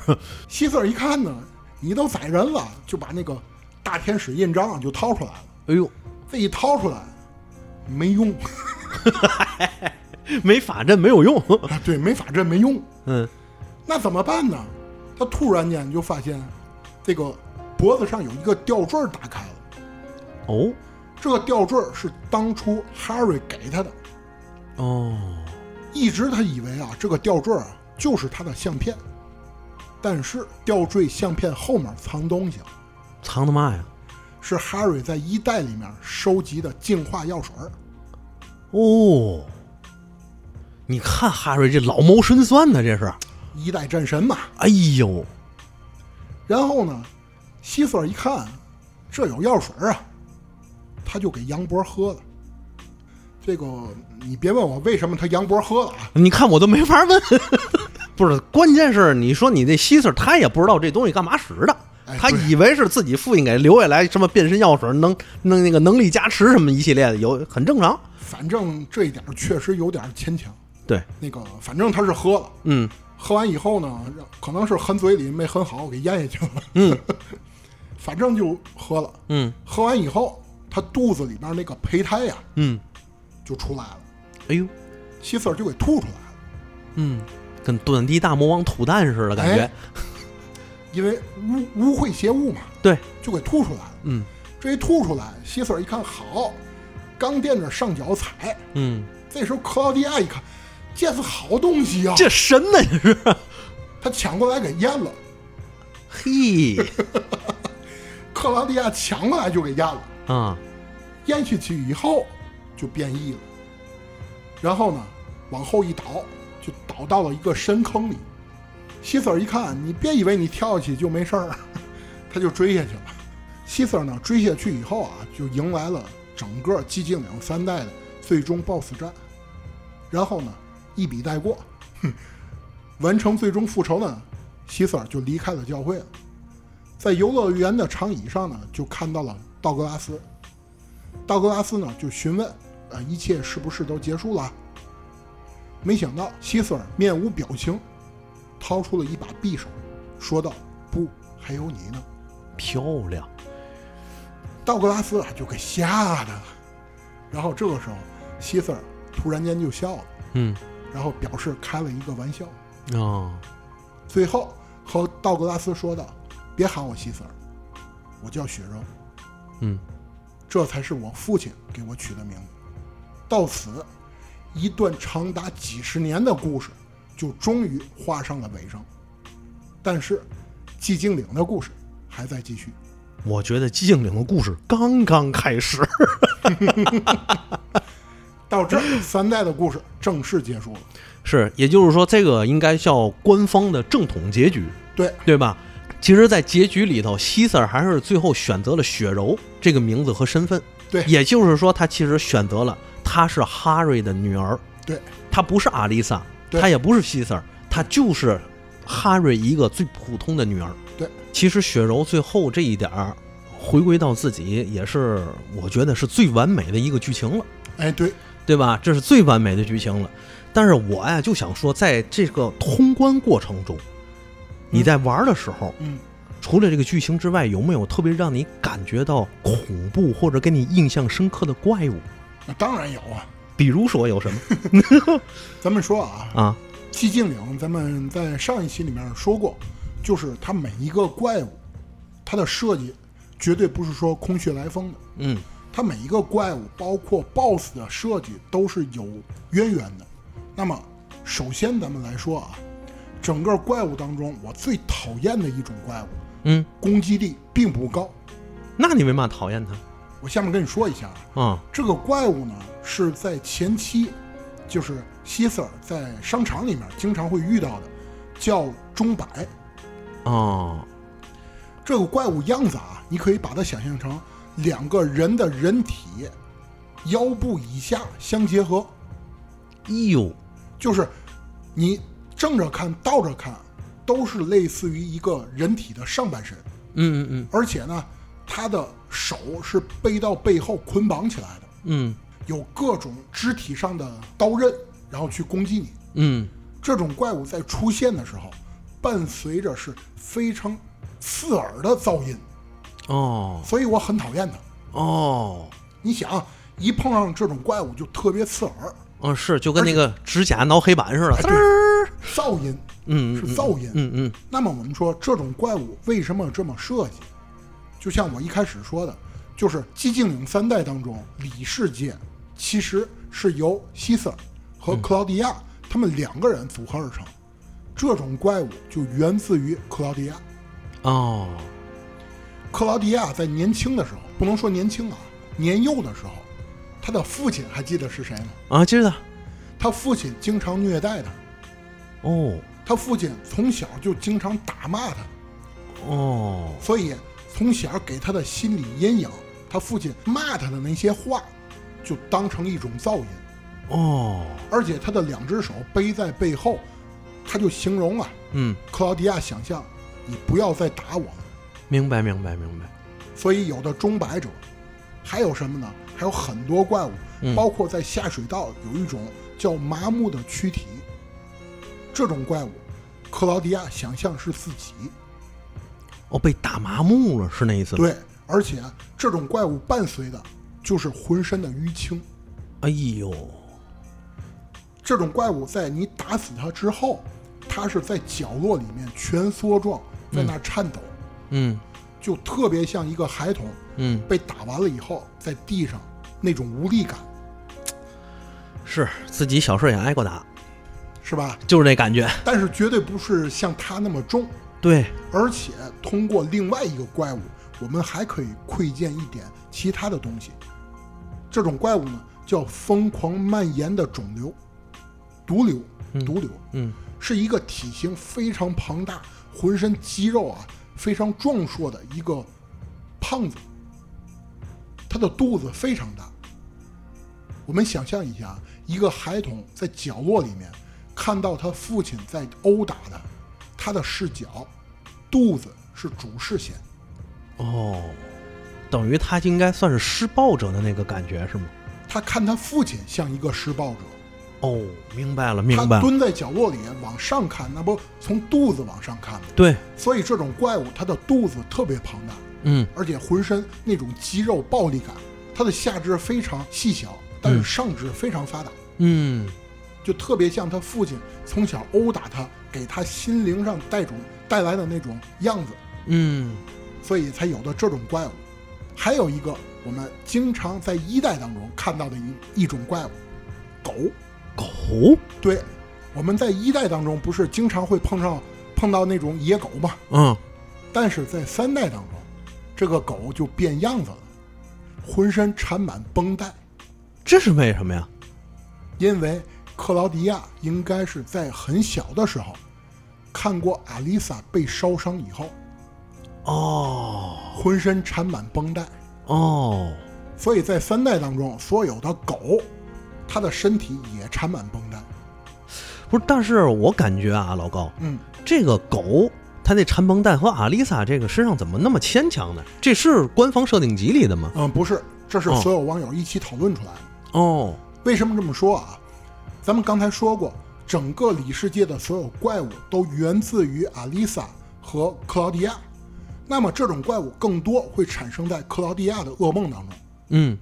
希瑟尔一看呢，你都宰人了，就把那个大天使印章啊就掏出来了。
哎呦，
这一掏出来没用 [laughs]
没法阵没有用，
啊，对，没法阵没用，
嗯，
那怎么办呢？他突然间就发现，这个脖子上有一个吊坠儿打开了，
哦，
这个吊坠儿是当初 Harry 给他的，
哦，
一直他以为啊这个吊坠儿啊就是他的相片，但是吊坠相片后面藏东西了，
藏他妈呀！
是 Harry 在一代里面收集的净化药水儿。
哦，你看哈瑞这老谋深算呢，这是。
一代战神嘛，
哎呦，
然后呢，希瑟尔一看，这有药水儿啊，他就给杨博喝了。这个你别问我为什么他杨博喝了啊，
你看我都没法问。 [laughs] 不是，关键是你说你这希 i 他也不知道这东西干嘛使的，
哎
他
对
以为是自己父亲给留下来什么变身药水，能能那个能力加持什么一系列的，有很正常。
反正这一点儿确实有点儿牵强。
对，
那个反正他是喝了，
嗯
喝完以后呢，让可能是含嘴里没含好，给咽下去了。
嗯，
[laughs] 反正就喝了。
嗯
喝完以后，他肚子里边那个胚胎呀、
嗯，
就出来了，
哎呦，
希瑟尔就给吐出来了。
嗯，跟短笛大魔王吐蛋似的感觉。
哎因为污污秽邪物嘛，
对，
就给吐出来了。
嗯
这一吐出来，希瑟尔一看好，刚垫着上脚踩，
嗯，
这时候克劳迪亚一看，这是好东西呀、
这神呢这是，
他抢过来给淹了，
嘿 [laughs]
克劳迪亚抢过来就给淹了，
啊，
淹下去以后就变异了，然后呢，往后一倒，就倒到了一个深坑里。希瑟尔一看，你别以为你跳下去就没事儿， [laughs] 他就追下去了。希瑟尔呢，追下去以后啊，就迎来了整个寂静岭三代的最终 BOSS 战，然后呢，一笔带过，哼，完成最终复仇呢，希瑟尔就离开了教会了。在游乐园的长椅上呢，就看到了道格拉斯。道格拉斯呢就询问啊，一切是不是都结束了？没想到希瑟尔面无表情，掏出了一把匕首，说道：“不，还有你呢。”
漂亮，
道格拉斯啊就给吓的了。然后这个时候，希瑟尔突然间就笑了，
嗯，
然后表示开了一个玩笑。
哦，
最后和道格拉斯说道：“别喊我希瑟尔，我叫雪柔，
嗯，
这才是我父亲给我取的名字。”到此，一段长达几十年的故事就终于画上了尾声。但是，寂静岭的故事还在继续。
我觉得寂静岭的故事刚刚开始。
到这儿，三代的故事正式结束了。
是，也就是说，这个应该叫官方的正统结局，
对
对吧？其实，在结局里头，希瑟尔还是最后选择了雪柔这个名字和身份。
对
也就是说，他其实选择了她是哈瑞的女儿，
对，
她不是阿丽莎，
对
她也不是希瑟尔，她就是哈瑞一个最普通的女儿。
对，
其实雪柔最后这一点儿回归到自己，也是我觉得是最完美的一个剧情了。
哎，对，
对吧？这是最完美的剧情了。但是我呀就想说，在这个通关过程中，你在玩的时候，
嗯，
除了这个剧情之外，有没有特别让你感觉到恐怖或者给你印象深刻的怪物？
那当然有啊。
比如说有什 [laughs] 么
咱们说啊，
啊？
寂静岭，咱们在上一期里面说过，就是它每一个怪物，它的设计绝对不是说空穴来风的，
嗯，
它每一个怪物，包括 BOSS 的设计都是有渊源的。那么，首先咱们来说啊，整个怪物当中，我最讨厌的一种怪物，
嗯，
攻击力并不高。
那你为嘛讨厌他
我下面跟你说一下啊，
啊？
这个怪物呢是在前期，就是希瑟尔在商场里面经常会遇到的，叫钟摆。
哦，
这个怪物样子啊，你可以把它想象成两个人的人体腰部以下相结合，
哎呦，
就是你正着看、倒着看，都是类似于一个人体的上半身，
嗯嗯
而且呢，他的手是背到背后捆绑起来的，
嗯
有各种肢体上的刀刃，然后去攻击你。
嗯
这种怪物在出现的时候，伴随着是非常刺耳的噪音，
嗯，哦
所以我很讨厌它。
哦
你想，一碰上这种怪物就特别刺耳，
哦，是就跟那个指甲挠黑板似的，滋
对
儿，
噪音
嗯
是
嗯
噪音。
嗯嗯
那么我们说，这种怪物为什么这么设计？就像我一开始说的，就是寂静岭三代当中，李世界其实是由希瑟尔
嗯
和克劳迪亚他们两个人组合而成。这种怪物就源自于克劳迪亚。
哦，
克劳迪亚在年轻的时候，不能说年轻啊，年幼的时候，他的父亲还记得是谁吗？
啊，接着
他父亲经常虐待他，
哦。
他父亲从小就经常打骂他，
哦，
所以从小给他的心理阴影，他父亲骂他的那些话，就当成一种噪音。
哦，
而且他的两只手背在背后，他就形容啊，
嗯，
克劳迪亚想象，你不要再打我了。
明白，明白，明白。
所以有的钟摆者，还有什么呢？还有很多怪物，
嗯
包括在下水道有一种叫麻木的躯体，这种怪物，克劳迪亚想象是自己。
哦，被打麻木了，是那意思吗？，
对，而且这种怪物伴随的就是浑身的淤青。
哎呦，
这种怪物在你打死它之后，它是在角落里面蜷缩状，在那颤抖，
嗯
就特别像一个孩童
嗯，
被打完了以后在地上那种无力感，
是自己小时候也挨过打，
是吧？
就是这感觉。
但是绝对不是像它那么重，
对，
而且通过另外一个怪物，我们还可以窥见一点其他的东西。这种怪物呢，叫疯狂蔓延的肿瘤，毒瘤，毒瘤，
嗯，
是一个体型非常庞大、浑身肌肉啊非常壮硕的一个胖子，他的肚子非常大。我们想象一下，一个孩童在角落里面看到他父亲在殴打他，他的视角，肚子是主视线。
哦，等于他应该算是施暴者的那个感觉是吗？
他看他父亲像一个施暴者，
哦，明白了，明白
他
了，
蹲在角落里往上看，那不从肚子往上看吗？
对，
所以这种怪物它的肚子特别庞大，
嗯，
而且浑身那种肌肉暴力感，它的下肢非常细小，但是
嗯
上肢非常发达，
嗯，
就特别像他父亲从小殴打他，给他心灵上带种带来的那种样子，
嗯，
所以才有的这种怪物。还有一个我们经常在一代当中看到的一一种怪物，狗。
狗，
对，我们在一代当中不是经常会碰上碰到那种野狗吗？
嗯，
但是在三代当中，这个狗就变样子了，浑身缠满绷带，
这是为什么呀？
因为克劳迪亚应该是在很小的时候看过阿丽萨被烧伤以后，
哦，
浑身缠满绷带，
哦，
所以在三代当中，所有的狗，它的身体也缠满绷带。
不是，但是我感觉啊，老高，
嗯，
这个狗它那缠绷带和阿丽萨这个身上怎么那么牵强呢？这是官方设定集里的吗？
嗯，不是，这是
哦
所有网友一起讨论出来的。
哦，
为什么这么说啊？咱们刚才说过，整个里世界的所有怪物都源自于阿丽萨和克劳迪亚。那么这种怪物更多会产生在克劳迪亚的噩梦当中。
嗯，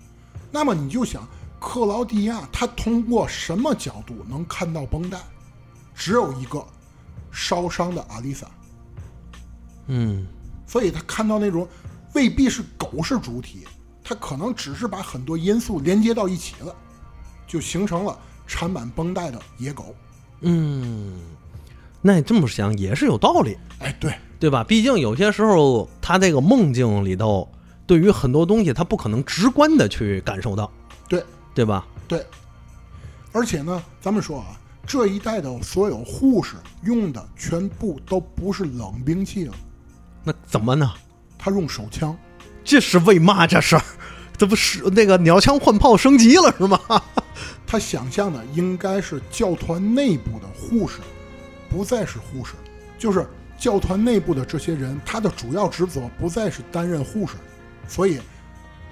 那么你就想，克劳迪亚他通过什么角度能看到绷带？只有一个，烧伤的阿丽萨。
嗯，
所以他看到那种未必是狗是主体，他可能只是把很多因素连接到一起了，就形成了缠满绷带的野狗。
嗯，那你这么想也是有道理，
哎，对，
对吧？毕竟有些时候他这个梦境里头，对于很多东西他不可能直观的去感受到，
对，
对吧？
对。而且呢，咱们说啊，这一代的所有护士用的全部都不是冷兵器了，
那怎么呢？
他用手枪。
这是为嘛？这是，这不是那个鸟枪换炮升级了是吗？ [laughs]
他想象的应该是教团内部的护士，不再是护士，就是教团内部的这些人，他的主要职责不再是担任护士，所以，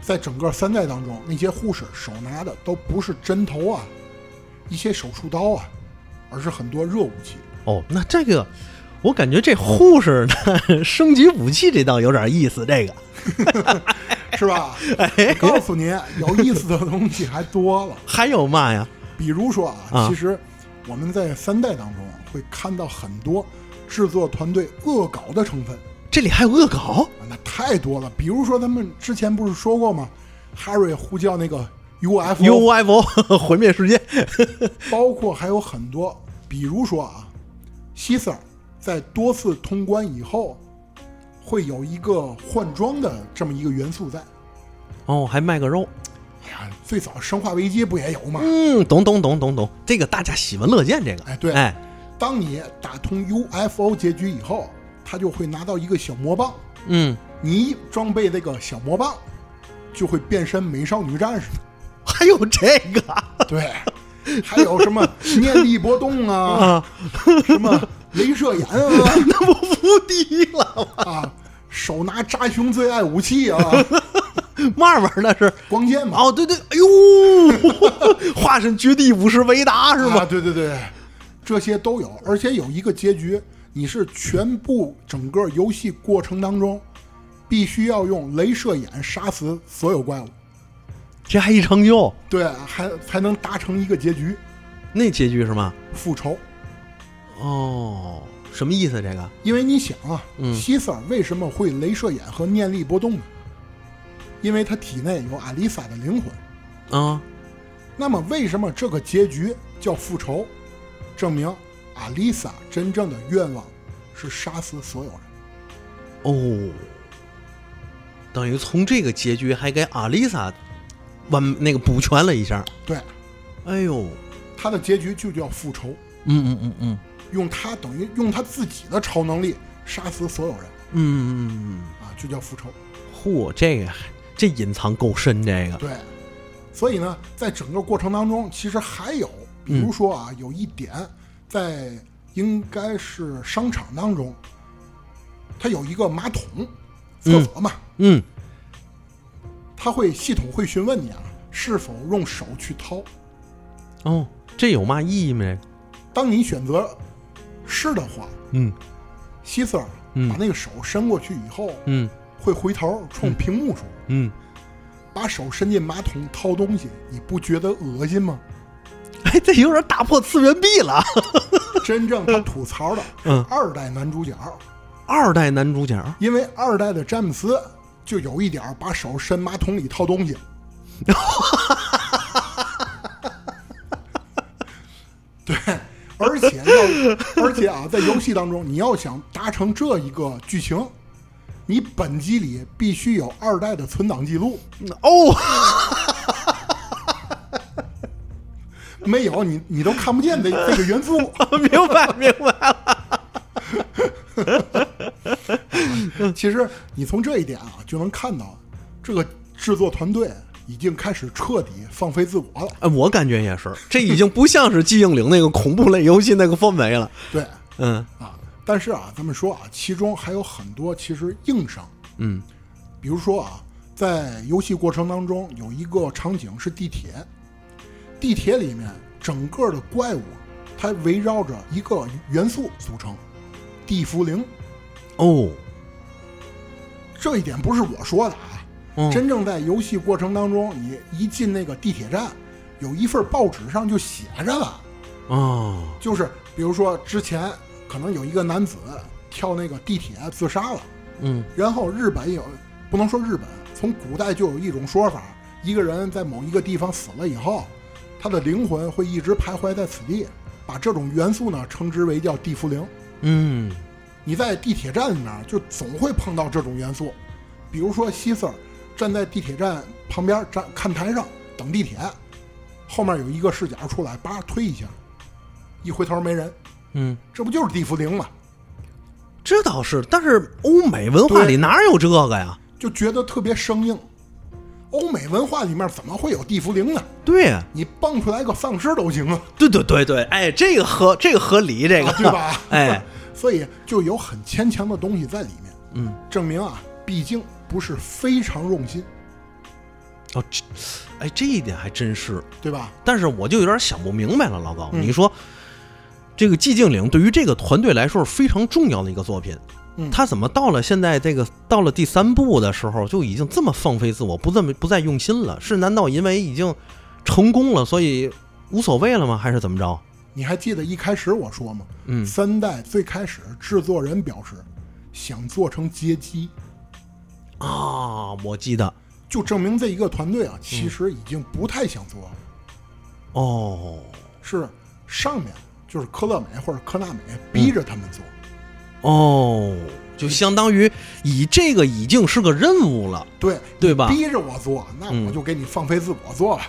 在整个三代当中，那些护士手拿的都不是针头啊，一些手术刀啊，而是很多热武器。
哦，那这个，我感觉这护士呢 [laughs] 升级武器这倒有点意思。这个，
是吧？我告诉你，有意思的东西还多了。
还有嘛呀？
比如说
啊
啊，其实我们在三代当中啊会看到很多制作团队恶搞的成分
这里还有恶搞？
啊，那太多了。比如说咱们之前不是说过吗？哈瑞呼叫那个 UFO，
UFO [laughs] 毁灭世界，
[laughs] 包括还有很多，比如说啊，希瑟尔在多次通关以后，会有一个换装的这么一个元素在。
哦，还卖个肉，
哎呀，最早《生化危机》不也有吗？
嗯，懂懂懂懂懂，这个大家喜闻乐见，这个，
哎对
哎，
当你打通 UFO 结局以后，他就会拿到一个小魔棒，
嗯，
你一装备那个小魔棒，就会变身美少女战士。
还有这个
[laughs] 对，还有什么念力波动啊，
啊，
什么镭射眼啊，
[laughs] 那不无敌了，
啊，手拿扎熊最爱武器啊，
嘛玩意儿那是？
光剑嘛，
哦，对对，哎呦， [laughs] 化身绝地武士维达 [laughs] 是
啊
吗？
对对对，这些都有，而且有一个结局，你是全部整个游戏过程当中，必须要用镭射眼杀死所有怪物。
这还一成就，
对，还才能达成一个结局，
那结局是吗？
复仇。
哦，什么意思？这个？
因为你想啊，
嗯
希瑟尔为什么会镭射眼和念力波动呢？因为他体内有阿丽萨的灵魂。嗯
啊，
那么为什么这个结局叫复仇？证明阿丽萨真正的愿望是杀死所有人。
哦，等于从这个结局还给阿丽萨完那个补全了一下。
对，
哎呦，
他的结局就叫复仇，
嗯嗯嗯嗯
用他等于用他自己的超能力杀死所有人
嗯嗯
啊，就叫复仇。
嗯，嚯，这个这隐藏够深，这个，
对，所以呢，在整个过程当中，其实还有，比
嗯
如说啊，有一点在应该是商场当中，它有一个马桶，厕所嘛，
嗯，
它会系统会询问你啊，是否用手去掏。
哦，这有嘛意义没？
当你选择是的话，
嗯
希 Sir
嗯
把那个手伸过去以后，
嗯
会回头冲屏幕说
嗯，：“
把手伸进马桶掏东西，你不觉得恶心吗
哎，这有点打破次元壁了。？”
真正他吐槽的是
嗯
二代男主角，
二代男主角，
因为二代的詹姆斯就有一点儿把手伸马桶里掏东西， [laughs] 对，而且要，而且啊，在游戏当中，你要想达成这一个剧情，你本机里必须有二代的存档记录，
哦，
没有你你都看不见这这个元素。
明白明白了，
其实你从这一点啊，就能看到这个制作团队已经开始彻底放飞自我了。
哎，我感觉也是，这已经不像是寂静岭那个恐怖类游戏那个氛围了。
对，
嗯
啊，但是啊，咱们说啊，其中还有很多其实硬伤，
嗯
比如说啊，在游戏过程当中有一个场景是地铁，地铁里面整个的怪物它围绕着一个元素组成，地茯苓。
哦，
这一点不是我说的啊，
嗯
真正在游戏过程当中，你一进那个地铁站，有一份报纸上就写着了。
哦，
就是比如说之前可能有一个男子跳那个地铁自杀了，
嗯
然后日本有不能说日本，从古代就有一种说法，一个人在某一个地方死了以后，他的灵魂会一直徘徊在此地，把这种元素呢称之为叫地茯苓。
嗯
你在地铁站里面就总会碰到这种元素，比如说希 Sir 站在地铁站旁边站看台上等地铁，后面有一个视角出来，叭推一下，一回头没人，
嗯，
这不就是地茯苓吗？
这倒是，但是欧美文化里
对
哪有这个呀？
就觉得特别生硬。欧美文化里面怎么会有地茯苓呢？
对呀，
你蹦出来个丧尸都行啊，
对对对对，哎，这个合这个合理，这个
啊对吧？
[laughs] 哎，
[laughs] 所以就有很牵强的东西在里面，
嗯，
证明啊，毕竟不是非常用心，
哦，这，哎，这一点还真是。
对吧？
但是我就有点想不明白了，老高，
嗯
你说这个寂静岭对于这个团队来说是非常重要的一个作品，
嗯
他怎么到了现在这个到了第三部的时候就已经这么放飞自我，不这么不再用心了？是难道因为已经成功了，所以无所谓了吗？还是怎么着？
你还记得一开始我说吗？
嗯
三代最开始制作人表示想做成街机，
啊，我记得
就证明这一个团队啊，
嗯
其实已经不太想做了。
哦，
是上面就是科乐美或者科纳美
嗯
逼着他们做，
哦，就相当于以这个已经是个任务了，
对
对吧
你逼着我做，那
嗯
我就给你放飞自我做了。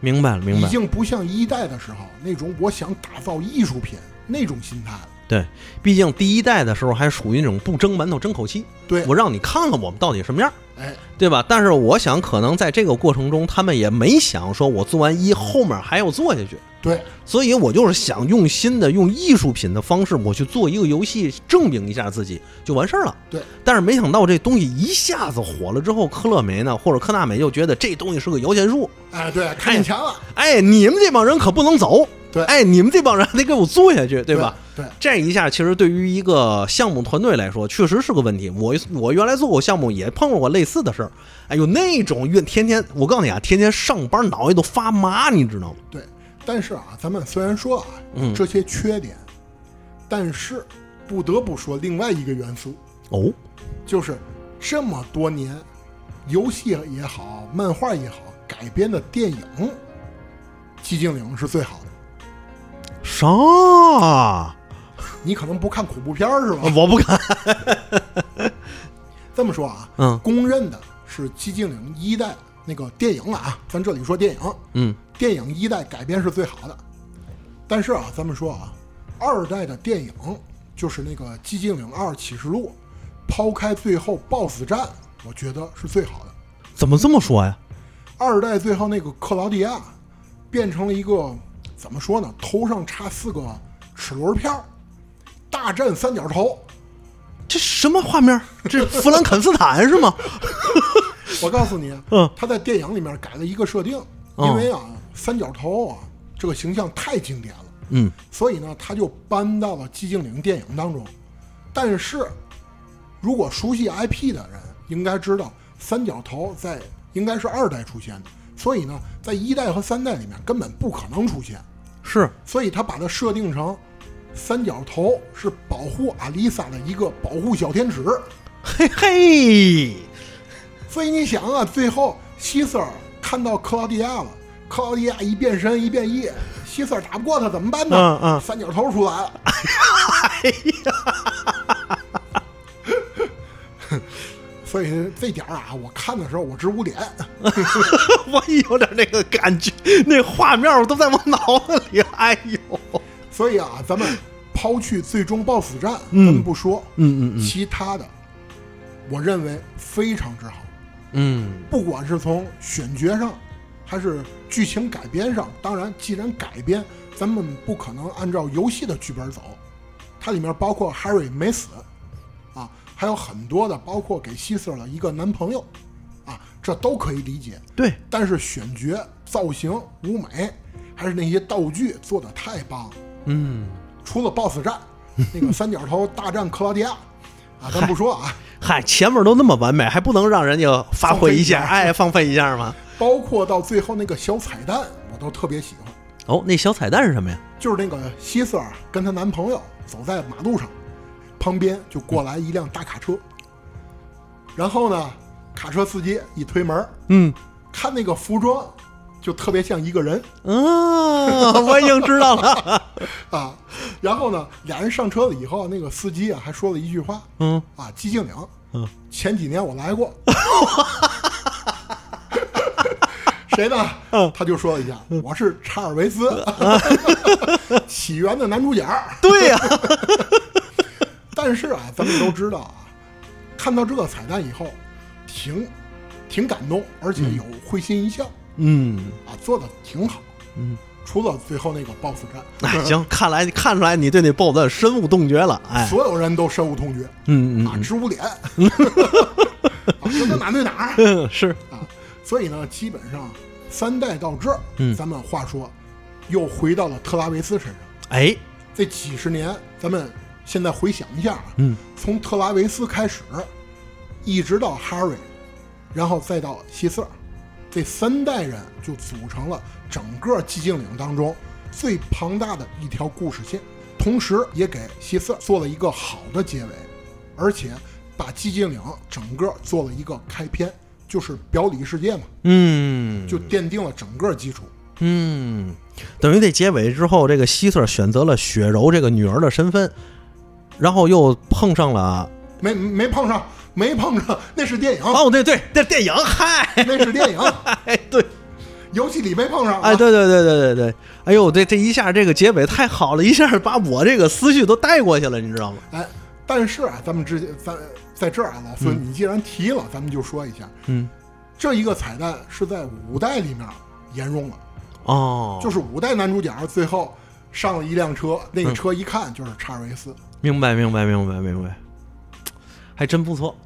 明白了，明
已
白了。
经不像一代的时候那种我想打造艺术品那种心态了。
对，毕竟第一代的时候还属于那种不争馒头争口气，
对，
我让你看看我们到底什么样，
哎，
对吧？但是我想，可能在这个过程中，他们也没想说我做完一后面还要做下去，
对，
所以我就是想用新的、用艺术品的方式，我去做一个游戏，证明一下自己就完事儿了。
对，
但是没想到这东西一下子火了之后，科乐美呢，或者科纳美就觉得这东西是个摇钱树，
哎，对，看见墙了，
哎，你们这帮人可不能走，
对
哎，你们这帮人还得给我做下去，对吧？？
对，
这一下，其实对于一个项目团队来说，确实是个问题。我我原来做过项目，也碰到过类似的事儿。哎呦，那种怨天天，我告诉你啊，天天上班脑袋都发麻，你知道吗？
对。但是啊，咱们虽然说啊
嗯
这些缺点，但是不得不说另外一个元素，
哦，
就是这么多年，游戏也好，漫画也好，改编的电影，《寂静岭》是最好的。
啥？我
你可能不看恐怖片儿是吧？
不敢。
这么说啊，
嗯
公认的是《寂静岭》一代那个电影了啊，咱这里说电影，
嗯
电影一代改编是最好的。但是啊，咱们说啊，二代的电影就是那个《寂静岭二启示录》，抛开最后 BOSS 战，我觉得是最好的。
怎么这么说呀？
二代最后那个克劳迪亚变成了一个怎么说呢？头上插四个齿轮片儿，大战三角头，
这什么画面？这弗兰肯斯坦是吗？ [laughs]
我告诉你，啊
嗯
他在电影里面改了一个设定，
哦
因为啊，三角头啊这个形象太经典了，
嗯，
所以呢，他就搬到了寂静岭电影当中。但是，如果熟悉 IP 的人应该知道，三角头在应该是二代出现的，所以呢，在一代和三代里面根本不可能出现，
是
所以他把它设定成三角头是保护阿丽萨的一个保护小天使。
嘿嘿，
所以你想啊，最后希瑟尔看到克劳迪亚了，克劳迪亚一变身一变异，希瑟尔打不过他怎么办呢？
嗯嗯
三角头
[laughs]
出来了。所以这点儿啊，我看的时候我直捂脸，
[laughs] 我有点那个感觉，那画面我都在我脑子里。哎呦，
所以啊，咱们抛去最终 BOSS 战，
嗯
咱们不说，
嗯嗯
其他的，我认为非常之好。
嗯
不管是从选角上，还是剧情改编上，当然，既然改编，咱们不可能按照游戏的剧本走。它里面包括 Harry 没死，啊，还有很多的，包括给希瑟的一个男朋友，啊，这都可以理解。
对，
但是选角、造型、舞美，还是那些道具做的太棒了。
嗯，
除了 BOSS 战，那个三角头大战克劳迪亚，啊，咱不说啊。
嗨，前面都那么完美，还不能让人家发挥一下，
放飞一下
哎，放飞一下吗？
包括到最后那个小彩蛋，我都特别喜欢，
哦，那小彩蛋是什么呀？
就是那个希瑟尔跟她男朋友走在马路上，旁边就过来一辆大卡车，然后呢，卡车司机一推门，
嗯。
看那个服装就特别像一个人
嗯，我已经知道了。
[laughs] 啊，然后呢，俩人上车了以后，那个司机啊还说了一句话
嗯
啊，寂静岭，
嗯，
前几年我来过。 [laughs] 谁呢？
嗯
他就说了一下，我是查尔维斯，
[laughs]
起源的男主角。
[laughs] 对呀、
但是啊，咱们都知道啊，看到这个彩蛋以后，挺挺感动，而且有会心一笑
嗯
啊，做的挺好。
嗯，
除了最后那个 BOSS 战，
哎，行，看来看出来你对那 BOSS 深恶痛绝了。哎，
所有人都深恶痛绝
嗯
啊，
嗯
直
[laughs]
捂脸，啊，这都哪对哪儿
嗯， [laughs] 是，
啊。所以呢，基本上三代到这儿，
嗯
咱们话说又回到了特拉维斯身上。
哎，
这几十年，咱们现在回想一下啊，
嗯，
从特拉维斯开始，一直到 Harry，然后再到希瑟尔，这三代人就组成了整个寂静岭当中最庞大的一条故事线，同时也给希瑟尔做了一个好的结尾，而且把寂静岭整个做了一个开篇，就是表里世界嘛，
嗯，
就奠定了整个基础。
嗯，等于这结尾之后，这个希瑟选择了雪柔这个女儿的身份，然后又碰上了
没没碰上，没碰上，那是电影，
哦，对对，这电影，嗨，
那是电影。
[laughs] 哎，对，
游戏里没碰上、啊，
哎，对对对对对对，哎呦，这这一下这个结尾太好了，一下把我这个思绪都带过去了，你知道吗？
哎，但是啊，咱们之前咱在这儿啊，老孙，你既然提了，咱们就说一下，
嗯，
这一个彩蛋是在五代里面沿用了，
哦，
就是五代男主角最后上了一辆车，那
嗯
个车一看就是查尔维斯。
明白，明白，明白，明白，还真不错。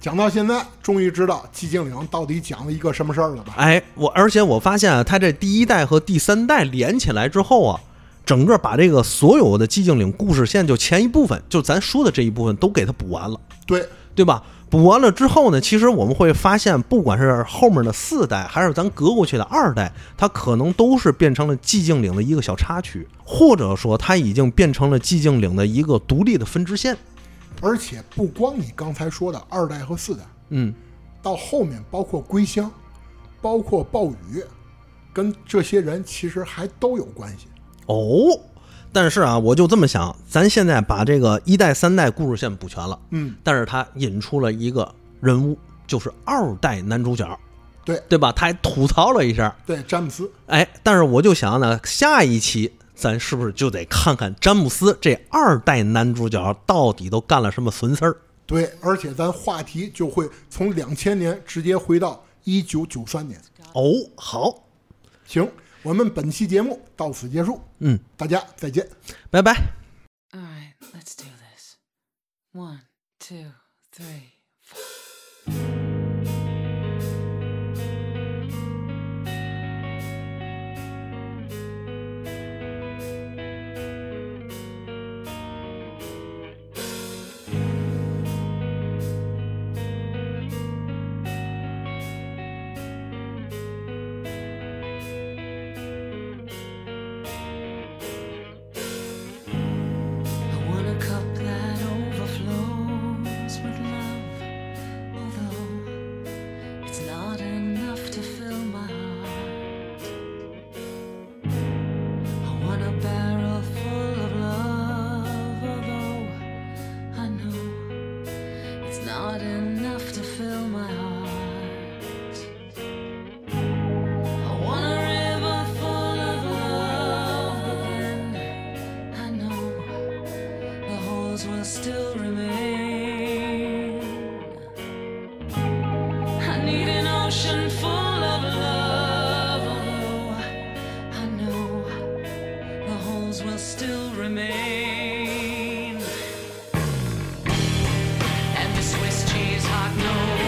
讲到现在，终于知道寂静岭到底讲了一个什么事儿了吧？
哎，我而且我发现啊，它这第一代和第三代连起来之后啊，整个把这个所有的寂静岭故事线，就前一部分，就咱说的这一部分都给它补完了，
对，
对吧？补完了之后呢，其实我们会发现，不管是后面的四代，还是咱隔过去的二代，它可能都是变成了寂静岭的一个小插曲，或者说它已经变成了寂静岭的一个独立的分支线。
而且不光你刚才说的二代和四代，
嗯，
到后面包括归乡，包括暴雨，跟这些人其实还都有关系。
哦，但是啊，我就这么想，咱现在把这个一代、三代故事线补全了，
嗯，
但是他引出了一个人物，就是二代男主角，
对
对吧？他还吐槽了一下，
对，詹姆斯，
哎，但是我就想呢，下一期咱是不是就得看看詹姆斯这二代男主角到底都干了什么损事儿？
对，而且咱话题就会从两千年直接回到一九九三年。
哦，好，
行，我们本期节目到此结束，
嗯，
大家再见。
拜拜。
All right, let's do this. One, two, three.
I want a cup that overflows with love, although it's not enough to fill my heart. I want a barrel full of love, although I know it's not enough to fill my heart. I want a river full of love, but then I know the holes will still remain. I need an ocean full of love, although I know the holes will still remain. And this Swiss cheese hot nose.